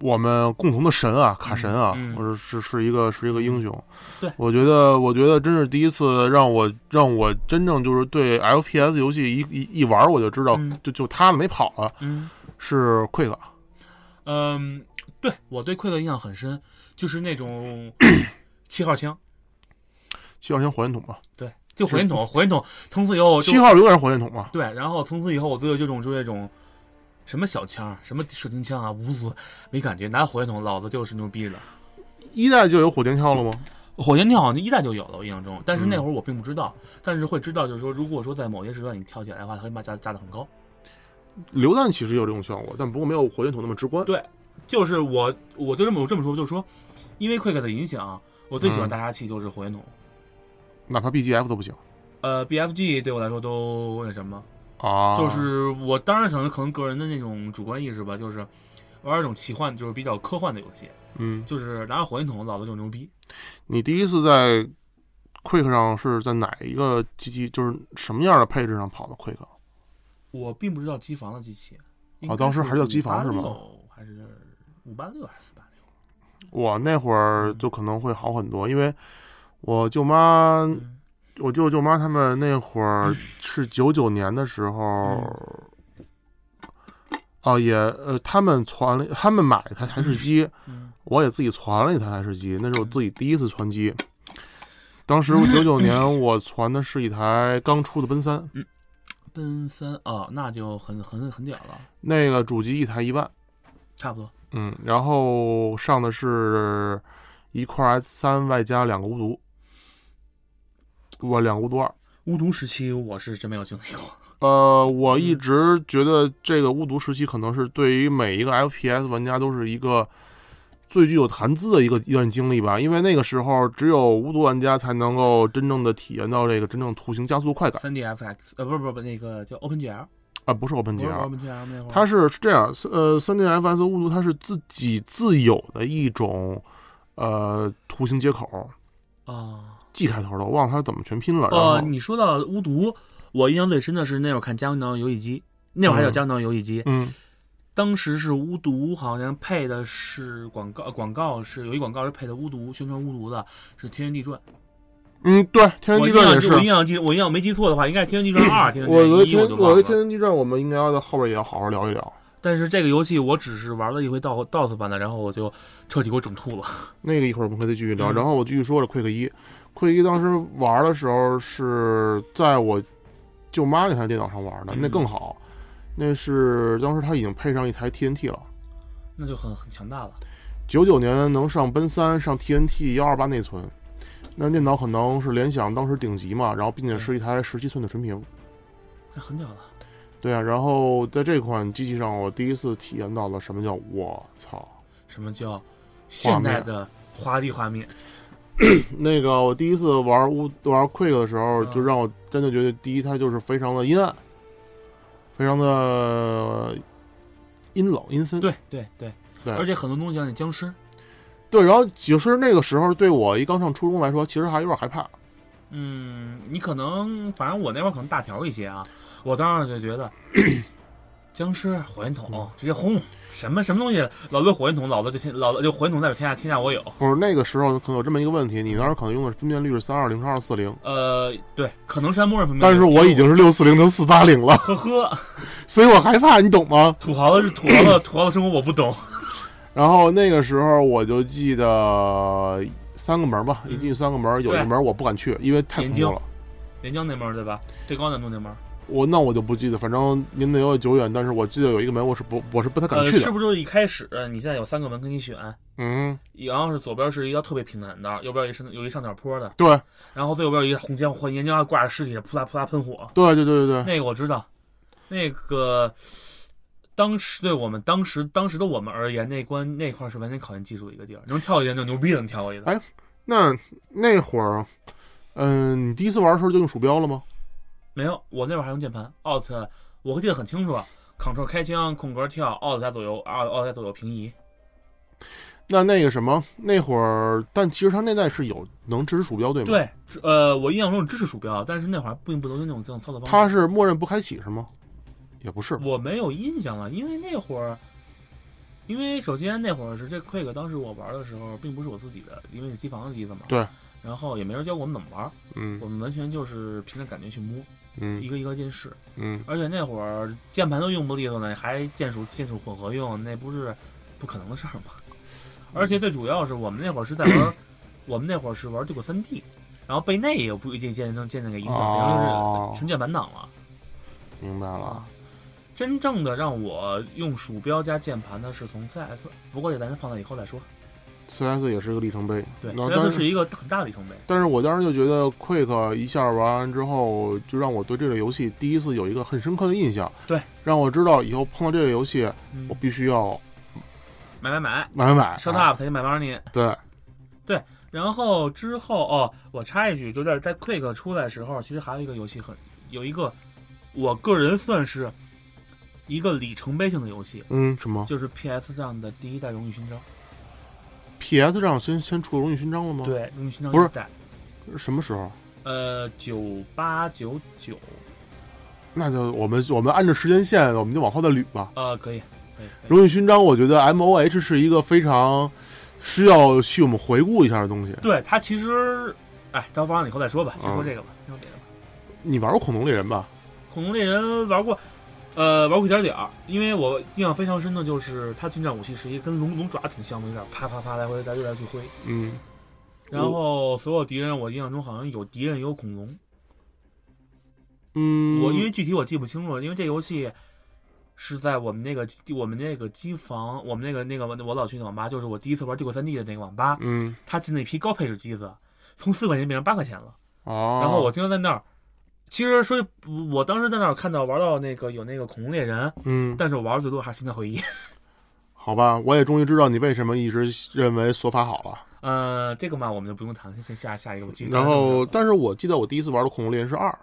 B: 我们共同的神啊，卡神啊，
D: 嗯
B: 我是是是一个是一个英雄。
D: 对
B: 我觉得我觉得真是第一次让我让我真正就是对 FPS 游戏一一一玩我就知道，
D: 嗯
B: 就就他了没跑了，
D: 嗯。
B: 是 q u i c
D: 嗯，对我对快乐印象很深，就是那 种七号枪，
B: 七号先火箭筒吧，
D: 对，就火箭筒，火箭筒。从此以后我就
B: 七号永远是火箭筒嘛，
D: 对，然后从此以后我对这种就这种什么小枪、什么射钉枪啊，无所没感觉，拿火箭筒老子就是牛逼的。
B: 一代就有火箭跳了吗？
D: 火箭跳好像一代就有了，我印象中，但
B: 嗯
D: 是那会儿我并不知道，但是会知道，就是说，如果说在某些时段你跳起来的话，它会把炸炸得很高。
B: 榴弹其实有这种效果，但不过没有火箭筒那么直观。
D: 对就是我，我就这么我这么说，就是说，因为 Quick 的影响，我最喜
B: 嗯
D: 欢大杀器就是火箭筒。
B: 哪怕 BGF 都不行
D: 呃，BFG 对我来说都那什么，
B: 啊，
D: 就是我当然可能可能个人的那种主观意识吧，就是玩这种奇幻，就是比较科幻的游戏，
B: 嗯，
D: 就是拿着火箭筒，老子就牛逼。
B: 你第一次在 Quick 上是在哪一个机器，就是什么样的配置上跑的 Quick？
D: 我并不知道机房的机器，
B: 啊哦当时还是叫机房是吧
D: 吧？还是五八六还是四八六？
B: 我那会儿就可能会好很多，因为我舅妈、
D: 嗯
B: 我舅舅妈他们那会儿是九九年的时候，哦、
D: 嗯
B: 也呃，他们传了，他们买了一台台式机，
D: 嗯
B: 我也自己传了一台台式机，那是我自己第一次传机。当 时九九年我传的是一台刚出的奔三，
D: 奔三啊，那就很很很屌了，
B: 那个主机一台一万，
D: 差不多。
B: 嗯，然后上的是一块 S 三外加两个无毒，我两个无毒二。
D: 巫毒时期我是真没有经历过，
B: 呃，我
D: 嗯
B: 一直觉得这个巫毒时期可能是对于每一个 FPS 玩家都是一个最具有谈资的一个一段经历吧，因为那个时候只有巫毒玩家才能够真正的体验到这个真正图形加速的快感
D: 三 DFX 呃不是不是不是那个叫 OpenGL，
B: 啊、不是 Open
D: 不是
B: GL，
D: OpenGL 那会儿，
B: 它是是这样，呃，三 DFS 巫毒它是自己自有的一种呃图形接口
D: 啊
B: ，G 开头的，我忘了它怎么全拼了。然后
D: 呃，你说到巫毒，我印象最深的是那会儿看《家用电脑游戏机》，那会儿还有《家用电脑游戏机》
B: 嗯
D: 当时是巫毒，好像配的是广告，呃广告是有一广告是配的巫毒，宣传巫毒的是《天旋地转》。
B: 嗯，对，天
D: 我
B: 地
D: 印
B: 传也是
D: 象记，我印象记，我印象没记错的话，应该是《天旋地转 二》《天旋
B: 我
D: 地
B: 觉
D: 转
B: 得天，
D: 一》，我就
B: 我觉
D: 忘
B: 得
D: 了。
B: 天地传，我们应该要在后边也要好好聊一聊。
D: 但是这个游戏我只是玩了一回 DOS 版的，然后我就彻底给我整吐了。
B: 那个一会儿我们可以再继续聊。
D: 嗯
B: 然后我继续说了 Quick 一，Quick 一当时玩的时候是在我舅妈那台电脑上玩的，
D: 嗯
B: 那更好，那是当时它已经配上一台 TNT 了。
D: 那就很很强大了。
B: 九九年能上奔三，上 TNT 幺二八内存，那电脑可能是联想当时顶级嘛，然后并且是一台十七寸的纯屏。
D: 那很屌了，
B: 对啊，然后在这款机器上，我第一次体验到了什么叫我操。
D: 什么叫现代的华丽画面？
B: 那个我第一次玩乌玩 Quick 的时候，
D: 嗯
B: 就让我真的觉得，第一它就是非常的阴暗，非常的阴冷阴森。
D: 对对对，
B: 对
D: 而且很多东西像那僵尸，
B: 对，然后其实那个时候对我一刚上初中来说，其实还有点害怕。
D: 嗯，你可能，反正我那会儿可能大条一些啊，我当时就觉得 僵尸火箭
B: 嗯
D: 筒直接轰，什么什么东西，老子火箭筒，老子就天，老子就火箭筒代表天下，天下我有。
B: 不是那个时候可能有这么一个问题，你当时可能用的分辨率是三二零乘二四零，
D: 呃，对，可能是按默认分辨
B: 但是我已经是六四零乘四八零了，
D: 呵呵，
B: 所以我害怕，你懂吗？
D: 土豪的是土豪的 土豪的生活我不懂。
B: 然后那个时候我就记得三个门吧，一进去三个门，有一个
D: 嗯对
B: 门我不敢去，因为太恐
D: 眼
B: 怖
D: 睛
B: 了。
D: 连江那门儿对吧？最高难度那门儿，
B: 我那我就不记得，反正年代有点久远，但是我记得有一个门我是不我是不太敢
D: 呃，
B: 去的。
D: 是不是就是一开始你现在有三个门给你选，
B: 嗯，
D: 然后是左边是一条特别平坦的，右边有一上有一上点坡的，
B: 对
D: 然后最右边有一个红浆火岩浆挂着尸体，扑啦扑啦喷火。
B: 对对对对对，
D: 那个我知道，那个当时对我们当时当时的我们而言，那关那块儿是完全考验技术的一个地儿，能跳一个就牛逼了，能跳过去的。
B: 哎那那会儿，嗯、你第一次玩的时候就用鼠标了吗？
D: 没有，我那会儿还用键盘，Alt，我记得很清楚，Ctrl 啊开枪，空格跳，Alt 加左右，Alt Alt 加左右平移。
B: 那那个什么，那会儿，但其实它那代是有能支持鼠标对吗？，
D: 对，是呃，我印象中支持鼠标，但是那会儿并不能用那种这种操作方式。
B: 它是默认不开启是吗？也不是，
D: 我没有印象了，因为那会儿，因为首先那会儿是这 Quick，当时我玩的时候并不是我自己的，因为是机房的机子嘛。
B: 对。
D: 然后也没人教我们怎么玩，
B: 嗯
D: 我们完全就是凭着感觉去摸，一
B: 嗯
D: 个一个键试。
B: 嗯，
D: 而且那会儿键盘都用不利索呢，还键鼠键鼠混合用，那不是不可能的事儿吗？而
B: 嗯
D: 且最主要是我们那会儿是在玩，我们那会儿是玩这个三 D，然后被那也不一定渐渐渐渐给影响，然后
B: 哦
D: 就是纯键盘党了。
B: 明白了
D: 啊。，真正的让我用鼠标加键盘的是从 CS，不过这咱放在以后再说。
B: CS 也是个里程碑，
D: 对
B: 然后但
D: ，CS 是一个很大的里程碑。
B: 但是我当时就觉得 Quick 一下玩完之后，就让我对这个游戏第一次有一个很深刻的印象。
D: 对，
B: 让我知道以后碰到这个游戏，
D: 嗯
B: 我，必啊须要
D: 买买买
B: 买买买。
D: ，shut up，他就买 money。
B: 对，
D: 然后之后哦，我插一句，就在在 Quick 出来的时候，其实还有一个游戏很有一个，我个人算是一个里程碑性的游戏，
B: 嗯，什么
D: 就是 PS 上的第一代荣誉勋章。
B: ？PS 上先先出荣誉勋章了吗？，
D: 对，荣誉勋章
B: 不是
D: 一代，
B: 什么时候？
D: 呃，九八九九，
B: 那就我们我们按照时间线，我们就往后再捋吧。
D: 呃，可以，
B: 荣誉勋章，我觉得 M O H 是一个非常需要去我们回顾一下的东西。
D: 对他其实，哎，到放了以后再说吧，先
B: 嗯
D: 说这个吧，先说这个吧。
B: 你玩过恐龙猎人吧？
D: 恐龙猎人玩过，呃，玩过一点点儿，因为我印象非常深的就是他近战武器是一个跟龙龙爪挺像的，有点啪啪啪来回来来去挥。
B: 嗯，
D: 然后所有敌人，我印象中好像有敌人也有恐龙，
B: 嗯，
D: 我因为具体我记不清楚了，因为这游戏是在我们那个我们那个机房，我们那个那个我老去的网吧，就是我第一次玩《帝国三 D》的那个网吧，
B: 嗯
D: 他进了一批高配置机子，从四块钱变成八块钱了。
B: 哦，
D: 然后我经常在那儿，其实说我当时在那儿看到玩到那个有那个恐龙猎人，
B: 嗯，
D: 但是我玩的最多还是《心跳回忆》。
B: 好吧，我也终于知道你为什么一直认为索法好了。
D: 呃，这个嘛我们就不用谈了，先下下一个我记得。
B: 然后，但是我记得我第一次玩的恐龙猎人是二，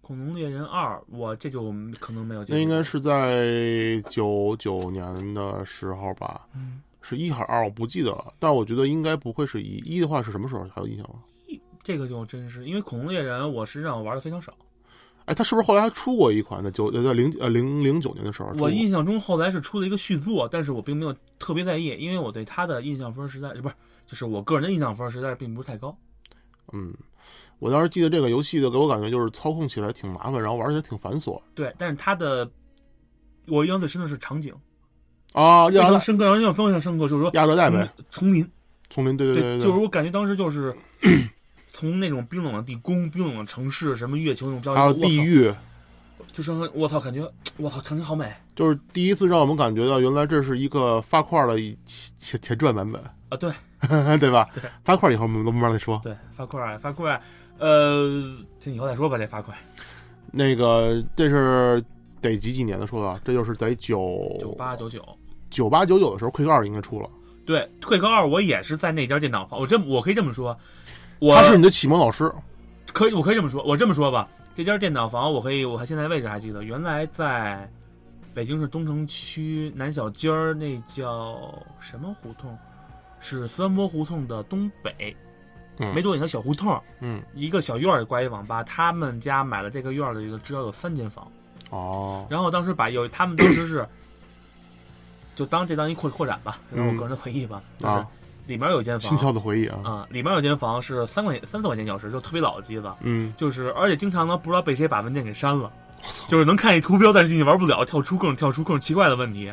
D: 恐龙猎人二》，我这就可能没有接触。
B: 那应该是在九九年的时候吧，
D: 嗯
B: 是一还是二我不记得了，但我觉得应该不会是一。一的话是什么时候？还有印象吗？
D: 这个就真是因为《恐龙猎人》，我实际上我玩的非常少。
B: 哎，他是不是后来还出过一款呢？九呃零呃零零九年的时候出过，
D: 我印象中后来是出了一个续作，但是我并没有特别在意，因为我对他的印象分实在不是，就是我个人的印象分实在是并不是太高。
B: 嗯，我当时记得这个游戏的给我感觉就是操控起来挺麻烦，然后玩起来挺繁琐
D: 对，但是他的我印象最深的是场景，
B: 啊，
D: 非
B: 亚热
D: 常
B: 带
D: 深刻，然后印象非常深刻，就是说
B: 亚热带
D: 丛林
B: 呗，
D: 丛林，
B: 丛林，对对
D: 就是我感觉当时就是 从那种冰冷的地宫、冰冷的城市、什么月球那种标
B: 还有地，狱，
D: 我操就是我操，感觉我操，场景好美
B: 就是第一次让我们感觉到原来这是一个发块的前前传版本，
D: 啊！对
B: 对吧？发块以后我们都慢慢再说。
D: 对，发块啊发块，呃，这以后再说吧，这发块
B: 那个这是得几几年的说的啊，这就是得九
D: 九八九九。
B: 九八九九的时候，Q 二应该出了，
D: 对，退科二我也是在那家电脑房，我这么我可以这么说，我
B: 他是你的启蒙老师，
D: 可以我可以这么说，我这么说吧，这家电脑房我可以，我还现在位置还记得，原来在北京市东城区南小街儿那叫什么胡同，是三摸胡同的东北，
B: 嗯
D: 没多远的小胡同，
B: 嗯
D: 一个小院儿挂一网吧，他们家买了这个院儿的一个只要有三间房，
B: 哦，
D: 然后当时把有他们当时是 就当这当一扩扩展吧，然后我个人的回忆吧，就是
B: 嗯啊
D: 里面有一间房
B: 心。跳的回忆啊，
D: 啊、里面有间房是三块三四块钱一小时，就特别老的机子，
B: 嗯，
D: 就是而且经常呢不知道被谁把文件给删了，就是能看一图标，但是你玩不了，跳出各种跳出各种奇怪的问题。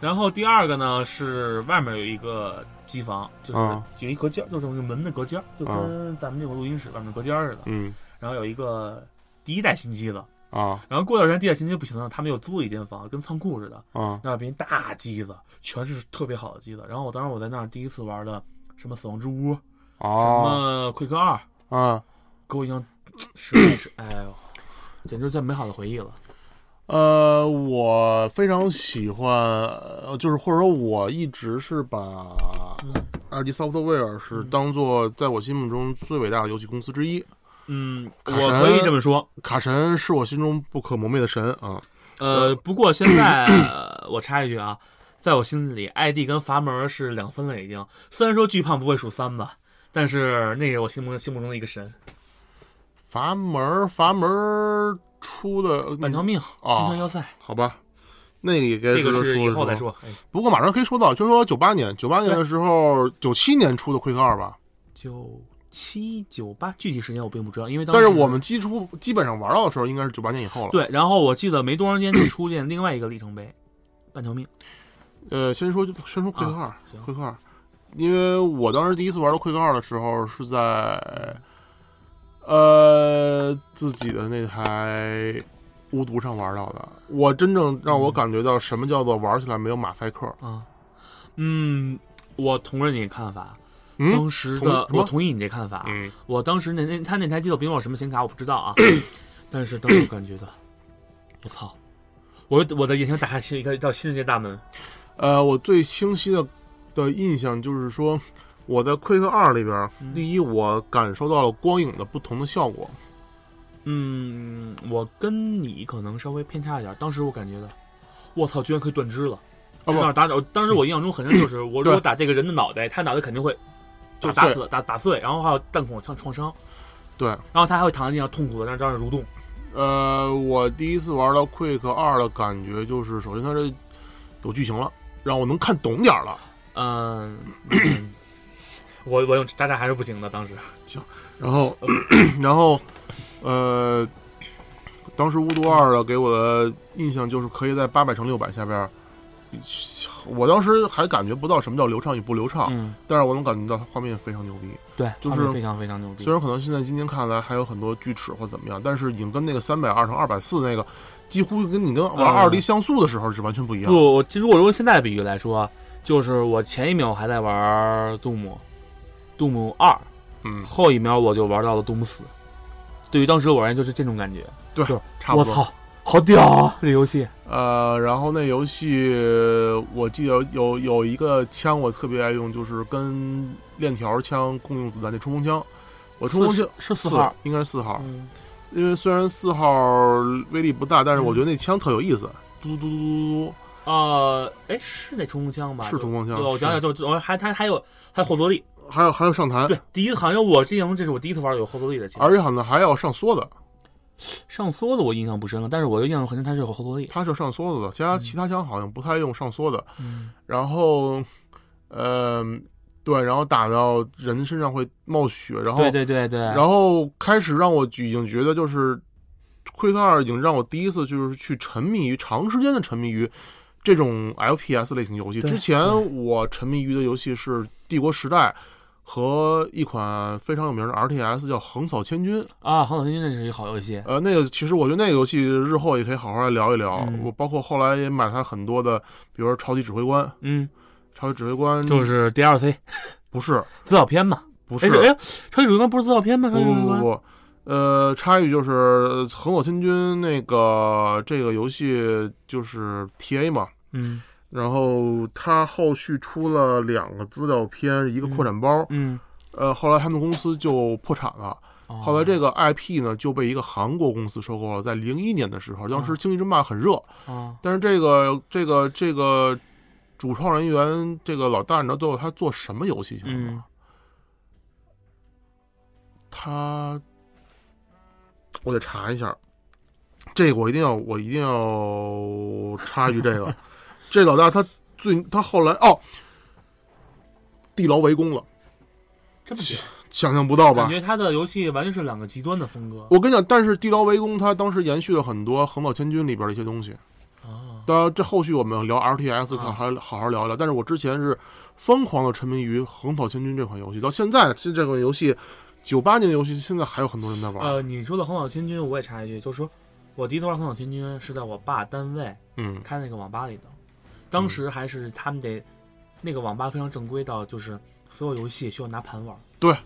D: 然后第二个呢是外面有一个机房，就是
B: 啊
D: 有一隔间儿，就是那个门的隔间儿，就跟咱们这个录音室外面的隔间儿似的。
B: 嗯
D: 然后有一个第一代新机子，
B: 啊
D: 然后过段时间第一代新机不行了，他们又租了一间房，跟仓库似的，
B: 啊
D: 那边一大机子，全是特别好的机子。然后我当时我在那儿第一次玩的什么死亡之屋，什
B: 哦
D: 么《奎克二》，
B: 啊。
D: 给我印象实在是，哎呦，简直最美好的回忆了。
B: 呃，我非常喜欢，呃就是或者说，我一直是把
D: 嗯
B: ID Software 是当做在我心目中最伟大的游戏公司之一。
D: 嗯，
B: 卡神
D: 我可以这么说。
B: 卡神是我心中不可磨灭的神啊、
D: 呃，不过现在呃我插一句啊，在我心里，ID 跟阀门是两分了已经。虽然说巨胖不会数三吧，但是那是我心目心目中的一个
B: 嗯
D: 神，
B: 阀门儿，阀门儿出的
D: 半条命，
B: 哦
D: 金团要塞，
B: 好吧，那个也该
D: 这个
B: 值得
D: 是
B: 说
D: 以
B: 一
D: 后再。说。哎
B: 不过马上可以说到，就是说九八年，九八年的时候，九七年出的《奎克二》吧。
D: 九七九八，具体时间我并不知道，因为当
B: 但
D: 时
B: 是我们基础基本上玩到的时候，应该是九八年以后了。
D: 对，然后我记得没多长时间就出现另外一个里程碑，半条命。
B: 呃，先说先说奎克二
D: 啊，行
B: 奎克二，因为我当时第一次玩到奎克二的时候是在，呃，自己的那台巫毒上玩到的。我真正让我感觉到什么叫做玩起来没有马赛克。
D: 啊，嗯，我同认你的看法。
B: 嗯
D: 当时
B: 同
D: 的
B: 什么
D: 我同意你这看法。
B: 嗯，
D: 我当时那那他那台机子别管我什么显卡，我不知道 啊。但是当时我感觉到，我操！我我的眼睛打开新一个一道新世界大门。
B: 呃，我最清晰的的印象就是说，我在奎克二里边，第一我感受到了光影的不同的效果。
D: 嗯，我跟你可能稍微偏差一点。当时我感觉到，我操，居然可以断肢了！
B: 啊不
D: 知道打我当时我印象中很深就是，我如果
B: 对
D: 打这个人的脑袋，他脑袋肯定会就
B: 打
D: 打
B: 碎
D: 死打打碎，然后还有弹孔创创伤，
B: 对，
D: 然后他还会躺在地上痛苦的让让人蠕动。
B: 呃，我第一次玩到 Quick 二的感觉就是，首先它这有剧情了，让我能看懂点儿了。
D: 嗯，嗯我我用渣渣还是不行的，当时
B: 然后， 然后，呃，当时《巫毒二》的给我的印象就是可以在八百乘六百下边儿，我当时还感觉不到什么叫流畅与不流畅，
D: 嗯，
B: 但是我能感觉到它画面非常牛逼。
D: 对，
B: 就是
D: 画面非常非常牛逼
B: 虽。然可能现在今天看来还有很多锯齿或怎么样，但是已经跟那个三百二乘二百四那个，几乎跟你跟玩
D: 嗯
B: 二 D 像素的时候是完全不一样的。
D: 不，我其实我用现在的比喻来说，就是我前一秒还在玩杜姆，杜姆二，
B: 嗯，
D: 后一秒我就玩到了杜姆四。对于当时我而言，就是这种感觉。
B: 对
D: 就是，
B: 差不
D: 我
B: 多。
D: 操，好屌啊！这游戏，
B: 呃，然后那游戏我记得有有一个枪我特别爱用，就是跟链条枪共用子弹那冲锋枪。我冲锋枪
D: 是
B: 四
D: 四号，
B: 应该是四号，
D: 嗯，
B: 因为虽然四号威力不大，但是我觉
D: 嗯
B: 得那枪特有意思，嘟嘟嘟嘟嘟
D: 呃，哎，是那冲锋枪吧？
B: 是冲锋枪
D: 对我想想，就就还它还有还有后坐力。
B: 嘟，还有还有上弹，
D: 对，第一好像我这样，这是我第一次玩有后坐力的枪。
B: 而且好像还有上梭的，
D: 上梭的我印象不深了，但是我就印象很深，它是有后坐力。
B: 它是有上梭子的，其他其他枪好像不太用上梭的。
D: 嗯，
B: 然后，呃，对，然后打到人身上会冒血，然后
D: 对对对对。
B: 然后开始让我已经觉得就是《Quick 二》已经让我第一次就是去沉迷于长时间的沉迷于这种 FPS 类型游戏。
D: 对
B: 之前我沉迷于的游戏是《帝国时代》和一款非常有名的 RTS 叫《横扫千军》。
D: 啊，航海天军那是一个好游戏。
B: 呃，那个其实我觉得那个游戏日后也可以好好来聊一聊。
D: 嗯
B: 我包括后来也买了它很多的，比如说《超级指挥官》，《
D: 嗯，
B: 超级指挥官》
D: 就是 DLC
B: 不是
D: 资料片嘛。
B: 不是
D: 哎，哎，超级主观不是资料片吗？超
B: 不
D: 级
B: 不
D: 主
B: 不
D: 观
B: 不，呃，插一句就是呃《横扫千军》那个这个游戏就是 T A 嘛，
D: 嗯
B: 然后它后续出了两个资料片，一个扩展包，
D: 嗯。
B: 呃，后来他们公司就破产了，
D: 哦
B: 后来这个 I P 呢就被一个韩国公司收购了，在零一年的时
D: 哦
B: 候，当时《星际争霸》很热，
D: 啊，
B: 但是这个这个这个主创人员这个老大，你知道最后他做什么游戏去了吗？
D: 嗯
B: 他，我得查一下，这个我一定要，我一定要插一句这 个，这老大他最他后来哦，地牢围攻了，
D: 这么
B: 想象不到吧
D: 感？觉他的游戏完全是两个极端的风格
B: 我跟你讲，但是地牢围攻它当时延续了很多《横扫千军》里边的一些东西。
D: 啊。
B: 当然，这后续我们聊 RTS
D: 啊
B: 看还好好聊一聊。但是我之前是疯狂的沉迷于《横扫千军》这款游戏，到现在这这款游戏，九八年的游戏，现在还有很多人在玩。
D: 呃，你说的横扫千军，我也插一句，就是说我第一次玩横扫千军是在我爸单位
B: 嗯，
D: 开那个网吧里的，当时还是他们得那个网吧非常正规到就是所有游戏需要拿盘玩。
B: 对，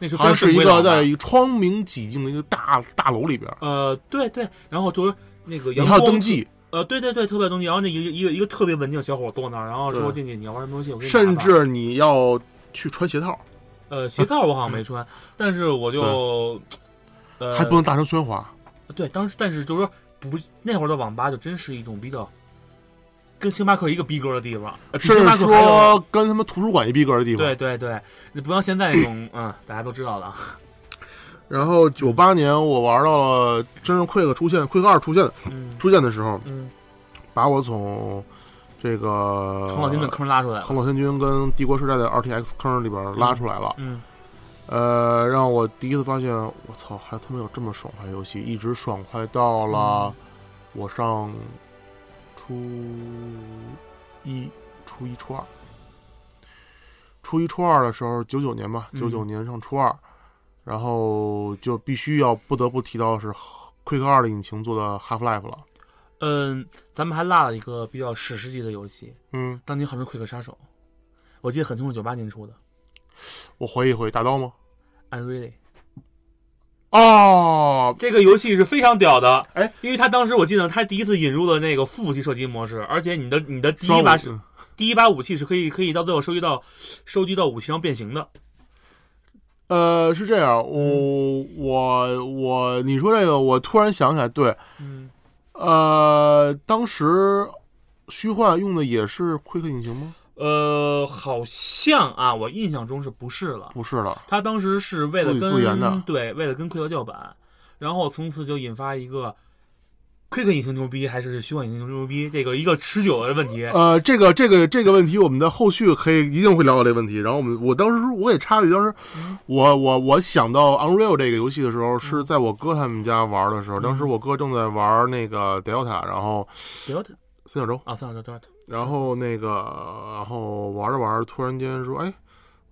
D: 那是
B: 还
D: 非常
B: 是
D: 正
B: 一
D: 规的
B: 个
D: 网吧
B: 在一个窗明几净的一个大大楼里边，
D: 呃，对对，然后就是那个
B: 你
D: 阳
B: 还要
D: 光
B: 登，记，
D: 呃，对对对，特别登记。然后那一个一个一个特别文静的小伙坐那儿，然后说
B: 对
D: 进去你要玩什么游戏，我给你拿
B: 甚
D: 吧
B: 至你要去穿鞋套，
D: 呃鞋套我好像没穿， 但是我就呃
B: 嗯还不能大声喧哗。
D: 对，当时但是就是说不那会儿的网吧就真是一种比较跟星巴克一个逼格的地方，呃比
B: 甚
D: 星巴
B: 至
D: 克还要
B: 说跟他们图书馆一逼格的地方
D: 对。对对，你不像现在那种嗯大家都知道 了，
B: 然后九八年我玩到了真正 Quick 出现，Quick 二出现
D: 嗯
B: 出现的时候，
D: 嗯，
B: 把我从这个
D: 从老金的坑拉出 来了，
B: 横扫千军跟帝国时代的 RTX 坑里边拉出来了。
D: 嗯
B: 呃，让我第一次发现，我操，还他妈有这么爽快的游戏，一直爽快到
D: 嗯
B: 了我上初一、初一、初二。初一、初二的时候，九九年吧，
D: 嗯
B: 九九年上初二，然后就必须要不得不提到是《Quick 二》的引擎做的《Half Life》了。
D: 嗯，咱们还落了一个比较史诗级的游戏，
B: 嗯，
D: 当年很是《奎克杀手》，我记得很清楚，九八年出的《
B: 我回忆回忆，打到吗？
D: Unreal》
B: 哦，
D: 这个游戏是非常屌的，
B: 哎，
D: 因为他当时我记得他第一次引入了那个副武器射击模式，而且你的你的第
B: 双
D: 一把
B: 武
D: 是第一把武器是可以可以到最后收集到收集到武器上变形的，
B: 呃，是这样，我、我我，你说这个，我突然想起来，对，
D: 嗯，
B: 呃，当时虚幻用的也是奎克引擎吗？
D: 呃，好像啊，我印象中是不是了？
B: 不是了，
D: 他当时是为了
B: 自己
D: 跟
B: 自研的
D: 对，为了跟奎德叫板，然后从此就引发一个 Quick 引擎牛逼还是虚幻引擎牛逼，这个一个持久的问题。
B: 呃，这个这个这个问题，我们的后续可以一定会聊到这个问题。然后我们，我当时我也插一句，当时我我我想到 Unreal 这个游戏的时候，是在我哥他们家玩的时候，当时我哥正在玩那个 Delta，然后
D: Delta
B: 三角洲，
D: 啊，算了，算了，
B: 然后那个然后玩着玩着，突然间说，哎，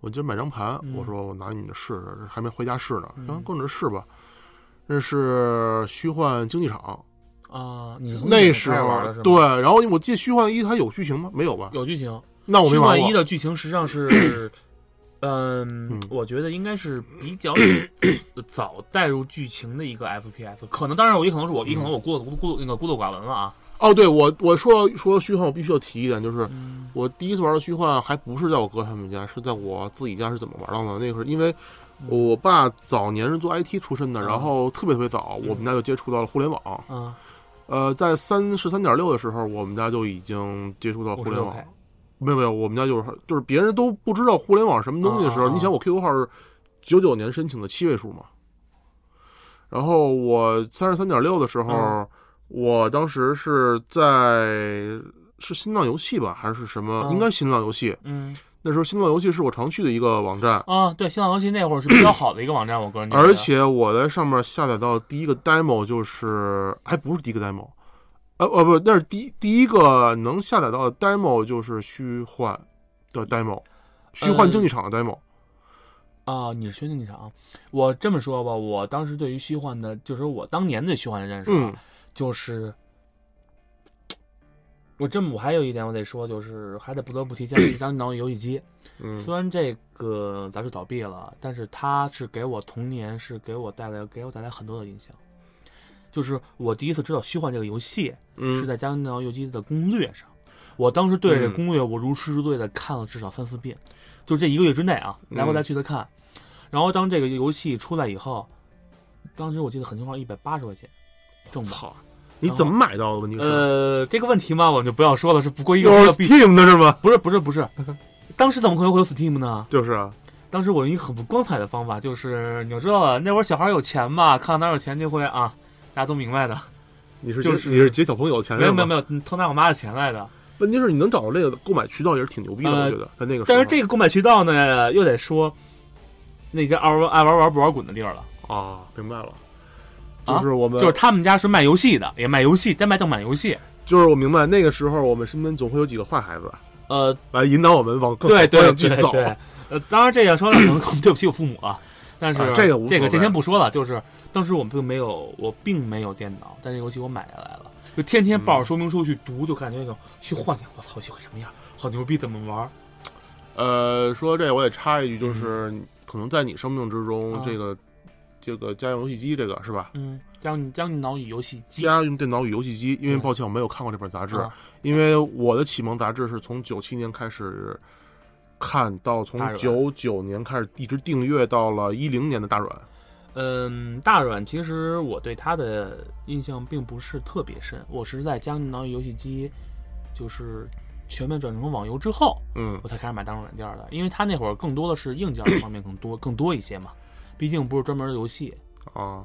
B: 我今儿买张盘，
D: 嗯
B: 我说我拿你的试试，还没回家试呢，行，跟我这试吧。这是虚幻竞技场，
D: 啊，你是从
B: 那
D: 日本
B: 时
D: 开始
B: 候
D: 玩的是吗
B: 对，然后我记得虚幻一它有剧情吗？没有吧？
D: 有剧情。
B: 那哦我没
D: 虚
B: 玩
D: 幻
B: 过
D: 一。的剧情实际上 是，嗯，我觉得应该是比较早 带入剧情的一个 FPS，可能当然我也可能是我，
B: 嗯
D: 也可能我孤陋孤陋那个孤陋寡闻了啊。
B: 哦，对我我说说虚幻，我必须要提一点，就是
D: 嗯
B: 我第一次玩到虚幻，还不是在我哥他们家，是在我自己家是怎么玩到的？那会儿因为
D: 嗯
B: 我爸早年是做 IT 出
D: 啊
B: 身的，然后特别特别早，我们家就接触到了互联网。
D: 嗯，
B: 呃，在三十三点六的时候，我们家就已经接触到互联网
D: 56K。
B: 没有没有，我们家就是就是别人都不知道互联网什么东西的时候，
D: 啊啊啊
B: 你想我 QQ 号是九九年申请的七位数嘛，然后我三十三点六的时候，
D: 嗯
B: 我当时是在是新浪游戏吧还是什么？
D: 嗯
B: 应该是新浪游戏。
D: 嗯
B: 那时候新浪游戏是我常去的一个网站，
D: 啊，对，新浪游戏那会儿 是比较好的一个网站，我个人觉得
B: 而且我在上面下载到第一个 demo 就是还不是第一个 demo。呃呃不，那是第第一个能下载到的 demo 就是虚幻的 demo，虚幻
D: 嗯
B: 竞技场的 demo。
D: 啊，你是薛定场。我这么说吧，我当时对于虚幻的，就是我当年对虚幻的认识啊，
B: 嗯
D: 就是我这么，我还有一点我得说，就是还得不得不提《一张脑游戏机》
B: 嗯
D: 虽然这个杂志倒闭了，但是它是给我童年是给我带来给我带来很多的影响。就是我第一次知道虚幻这个游戏是
B: 嗯，
D: 在《加拿大游戏机》的攻略上，我当时对这
B: 嗯
D: 攻略我如痴如醉的看了至少三四遍，就是这一个月之内啊，来回来去的看。然后当这个游戏出来以后，当时我记得很清楚，一百八十块钱正版。
B: 操，你怎么买到的？问题是，
D: 呃，这个问题嘛，我就不要说了，是不过一个
B: 又是
D: 必须
B: Steam 的是吗？
D: 不是不是 不是，当时怎么可能会有 Steam 呢？
B: 就是啊，
D: 当时我用一个很不光彩的方法，就是你要知道啊，那会儿小孩有钱嘛，看到哪有钱就会啊，大家都明白的。
B: 你是
D: 就
B: 借
D: 是
B: 你是借小朋友钱
D: 哎没有没有没
B: 有，
D: 有，偷拿我妈的钱来的。
B: 问题是你能找到这个购买渠道也是挺牛逼的，
D: 呃
B: 我觉得在那个时候。
D: 但是这个购买渠道呢，又得说那家爱玩爱玩玩不玩滚的地儿了。
B: 啊，明白了，
D: 啊
B: 就是我们
D: 就是他们家是卖游戏的，也卖游戏，单卖正版游戏。
B: 就是我明白那个时候我们身边总会有几个坏孩子
D: 呃，
B: 来引导我们往更好
D: 对
B: 的
D: 对
B: 方向去
D: 对
B: 走。
D: 对，呃，当然这个说了可能对不起我父母啊，但是、
B: 啊这个无所
D: 这个这
B: 谓
D: 先不说了，就是当时我并没有我并没有电脑，但这游戏我买下来了，就天
B: 嗯
D: 天抱着说明书去读，就感觉那种去幻想，我操，游戏会什么样，好牛逼，怎么玩？
B: 呃，说这我也插一句，就是
D: 嗯
B: 可能在你生命之中
D: 啊，
B: 这个这个家用游戏机这个是吧？
D: 嗯，将你将你脑与游戏机
B: 家用电脑与游戏机，因为
D: 对
B: 抱歉我没有看过这本杂志，
D: 啊
B: 因为我的启蒙杂志是从九七年开始看到，从
D: 大软
B: 九九年开始一直订阅到了一零年的大软。
D: 嗯，大软其实我对他的印象并不是特别深，我是在将你脑与游戏机就是全面转成网游之后，
B: 嗯
D: 我才开始买大众软件的，因为他那会儿更多的是硬件儿方面更多更多一些嘛，毕竟不是专门的游戏。
B: 啊，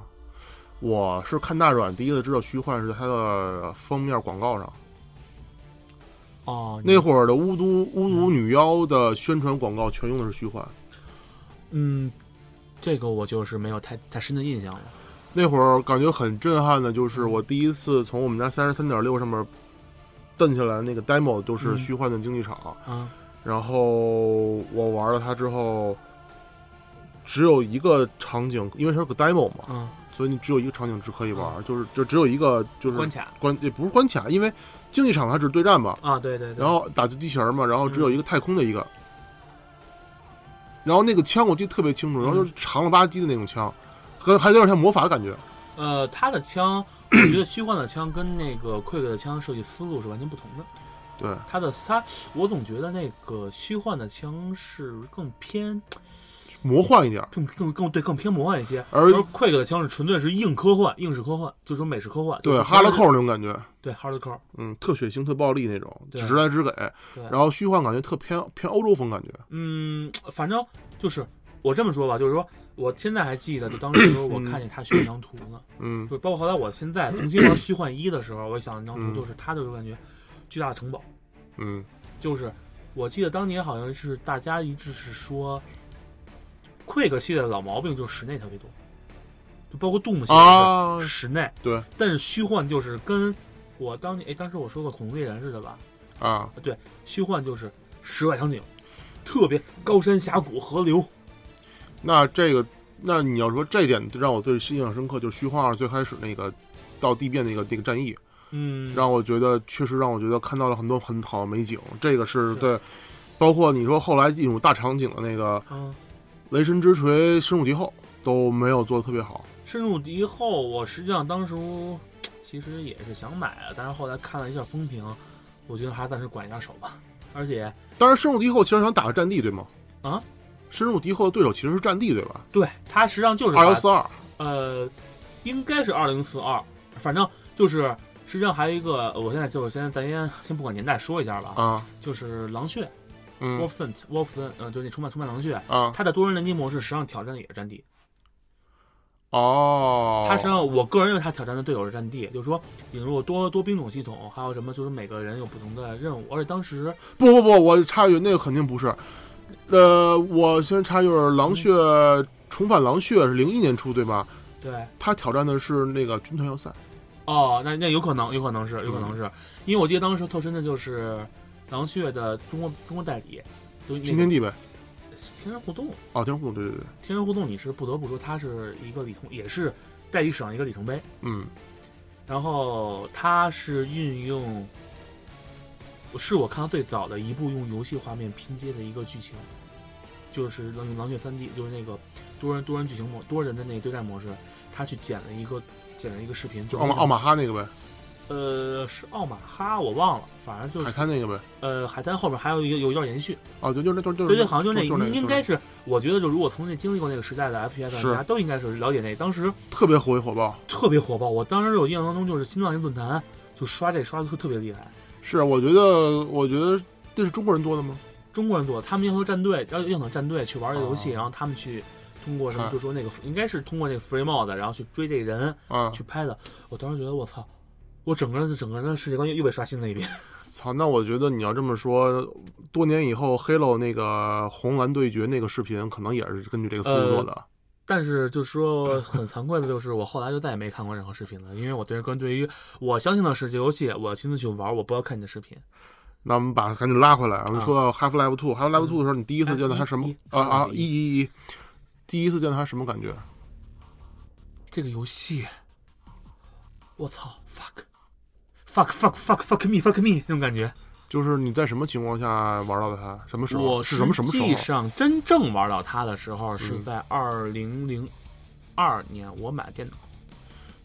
B: 我是看大软第一次知道虚幻是在它的封面广告上，
D: 嗯哦，你
B: 那会儿的巫毒巫毒女妖的宣传广告全用的是虚幻。
D: 嗯，这个我就是没有太太深的印象了。
B: 那会儿感觉很震撼的，
D: 嗯
B: 就是我第一次从我们家三十三点六上面蹬下来那个 demo，都是
D: 嗯
B: 虚幻的竞技场。
D: 啊，
B: 然后我玩了它之后，只有一个场景，因为它是个 demo 嘛，
D: 嗯，
B: 所以你只有一个场景只可以玩，就是就只有一个就是
D: 关卡
B: 关也不是关卡，因为竞技场它只是对战嘛，
D: 啊，对对对。
B: 然后打就机器人嘛，然后只有
D: 嗯
B: 一个太空的一个，然后那个枪我记得特别清楚，
D: 嗯
B: 然后就是长了吧唧的那种枪，跟还有点像魔法的感觉，
D: 呃，他的枪，我觉得虚幻的枪跟那个 Quick 的枪设计思路是完全不同的。
B: 对，
D: 他的他，我总觉得那个虚幻的枪是更偏
B: 魔幻一点。
D: 更更更对更偏魔幻一些，
B: 而
D: Quick 的枪是纯粹是硬科幻、硬式科幻，就是说美式科幻，就
B: 对，
D: 是
B: 哈拉
D: 枪
B: 扣那种感觉，
D: 对 hardcore，
B: 嗯，特血腥、特暴力那种，
D: 对
B: 直来直给。
D: 对
B: 然后虚幻感觉特偏偏欧洲风感觉，
D: 嗯，反正就是我这么说吧，就是说我现在还记得，就当时我看见他选一张图 呢，
B: 嗯
D: 就包括后来我现在重新玩虚幻一的时候，我想一张
B: 嗯
D: 图就是他就是感觉巨大的城堡，
B: 嗯
D: 就是我记得当年好像是大家一致是说，Quick 系列的老毛病就是室内特别多，就包括 Doom 系列也
B: 啊
D: 是室内，
B: 对，
D: 但是虚幻就是跟我当年哎当时我说过恐龙猎人似的吧，
B: 啊，
D: 虚幻就是室外场景，特别高山峡谷河流，
B: 那这个那你要说这点让我最印象深刻，就是虚幻二最开始那个到地面那个那个战役，
D: 嗯，
B: 让我觉得确实让我觉得看到了很多很好的美景，这个是对。包括你说后来进入大场景的那个
D: 嗯，
B: 雷神之锤深入敌后都没有做的特别好，
D: 深入敌后，我实际上当时其实也是想买啊的，但是后来看了一下风评，我觉得还是暂时管一下手吧，而且
B: 当然，深入敌后其实想打个战地，对吗？
D: 啊，
B: 深入敌后的对手其实是战地，对吧？
D: 对它实际上就是
B: 二幺
D: 把
B: 四二，
D: 呃，应该是二零四二，反正就是实际上还有一个，我现在就先咱先先不管年代说一下吧，
B: 啊，
D: 就是狼血、
B: 嗯
D: Wolfson Wolfson，嗯、呃，就是那充满充满狼血，
B: 啊，
D: 它的多人联机模式实际上挑战的也是战地，
B: 哦，
D: 它实际上我个人认为它挑战的队友是战地，就是说引入多多兵种系统，还有什么就是每个人有不同的任务，而且当时
B: 不不不，我插一句，那个肯定不是。呃，我先插一句，狼血
D: 嗯
B: 重返狼血是零一年出，对吧？
D: 对
B: 他挑战的是那个军团要塞，
D: 哦，那那有可能，有可能是，有可能是，因为我记得当时特深的就是狼血的中国中国代理，就那
B: 新
D: 个
B: 天地呗。
D: 天然互动。
B: 哦，天空，对对对，
D: 天人互动，你是不得不说它是一个里程，也是在历史上一个里程碑。
B: 嗯
D: 然后它是运用，是我看到最早的一部用游戏画面拼接的一个剧情，就是《狼狼血三 D》，就是那个多人多人剧情模多人的那个对战模式，他去剪了一个剪了一个视频，就
B: 就是奥马奥马哈那个呗，
D: 呃是奥马哈我忘了，反正就
B: 海
D: 是
B: 滩那个呗。
D: 呃海滩后面还有一个有一段延续，
B: 哦，对，就是那，就是就
D: 对
B: 是
D: 对，
B: 那，
D: 好像就是
B: 就
D: 那
B: 那个
D: 应该
B: 就是
D: 我觉得就如果从那经历过那个时代的 FPS
B: 是
D: 玩家都应该是了解那当时。
B: 特别火火爆。
D: 特别火爆。我当时有印象当中，就是新浪一论坛就刷这刷的特别厉害。
B: 是，啊我觉得，我觉得这是中国人做的吗？
D: 中国人做，他们要求战队，要要想战队去玩这个游戏，
B: 哦
D: 然后他们去通过什么，
B: 看
D: 就说那个应该是通过那个 free mod，然后去追这人
B: 啊，
D: 去拍的。我当时觉得我操，我整个人整个人的世界观又又被刷新了一遍。
B: 操，那我觉得你要这么说，多年以后 Halo 那个红蓝对决那个视频，可能也是根据这个思路做
D: 呃
B: 的。
D: 但是就是说很惭愧的就是，我后来就再也没看过任何视频了，因为我对个人对于我相信的世界游戏，我亲自去玩，我不要看你的视频。
B: 那我们把赶紧拉回来，我们
D: 啊呃
B: 说到 Half Life Two、Half Life Two 的时候，你第一次见到它什么
D: 一？
B: 啊啊，
D: 一
B: 一一一，第一次见到它什么感觉？
D: 这个游戏，我操，fuck。fuck fuck fuck fuck me fuck me 那种感觉，
B: 就是你在什么情况下玩到的它？什么时候？
D: 我
B: 是什么什么时候啊嗯
D: 实际？上真正玩到它的时候是在二零零二年，我买电脑，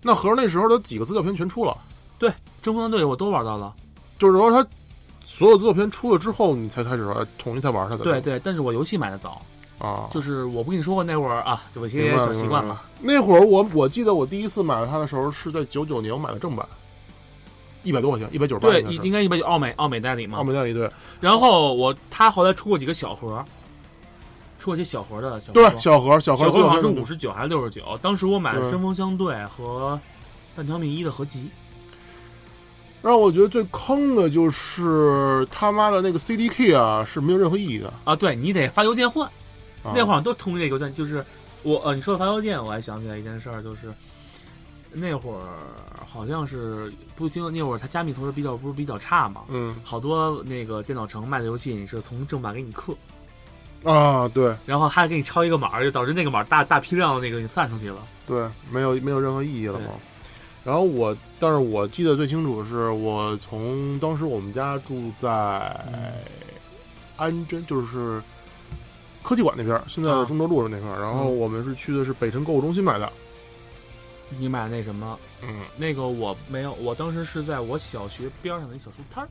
B: 那合着那时候的几个资料片全出了，
D: 对《争锋战队》我都玩到了，
B: 就是说它所有资料片出了之后，你才开始玩统一才玩它的。
D: 对对，但是我游戏买的早，
B: 啊，
D: 就是我不跟你说过那会儿啊，有一
B: 明
D: 些
B: 白
D: 小习惯嘛，。
B: 明白那会儿我我记得我第一次买它的时候是在九九年，我买的正版，一百多块钱，一百九十八。
D: 对，应该一般就奥美奥美代理嘛
B: 澳，门店一对，
D: 然后我他后来出过几个小盒，出过一些小盒的小盒
B: 对，小盒小盒最
D: 小盒
B: 后
D: 好像是
B: 那
D: 五十九还是六十九，当时我买的
B: 对
D: 《针锋相对》和《半条命一》的合集，
B: 让我觉得最坑的就是他妈的那个 CD key 啊，是没有任何意义的。
D: 啊，对你得发邮件换。
B: 啊、
D: 那会儿都通那邮件，就是我呃，你说的发邮件，我还想起来一件事儿，就是那会儿好像是不听那会儿他加密同时比较不是比较差嘛，
B: 嗯
D: 好多那个电脑城卖的游戏，你是从正版给你刻，
B: 啊，对
D: 然后还给你抄一个码儿，就导致那个码儿大大批量的那个你散出去了。
B: 对，没有没有任何意义了嘛。然后我，但是我记得最清楚的是，我从当时我们家住在安贞，就是科技馆那边儿，现在
D: 啊
B: 中州路上那块儿。然后我们是去的是北辰购物中心买的。
D: 你买那什么，
B: 嗯，
D: 那个我没有，我当时是在我小学边儿上的一小书摊儿，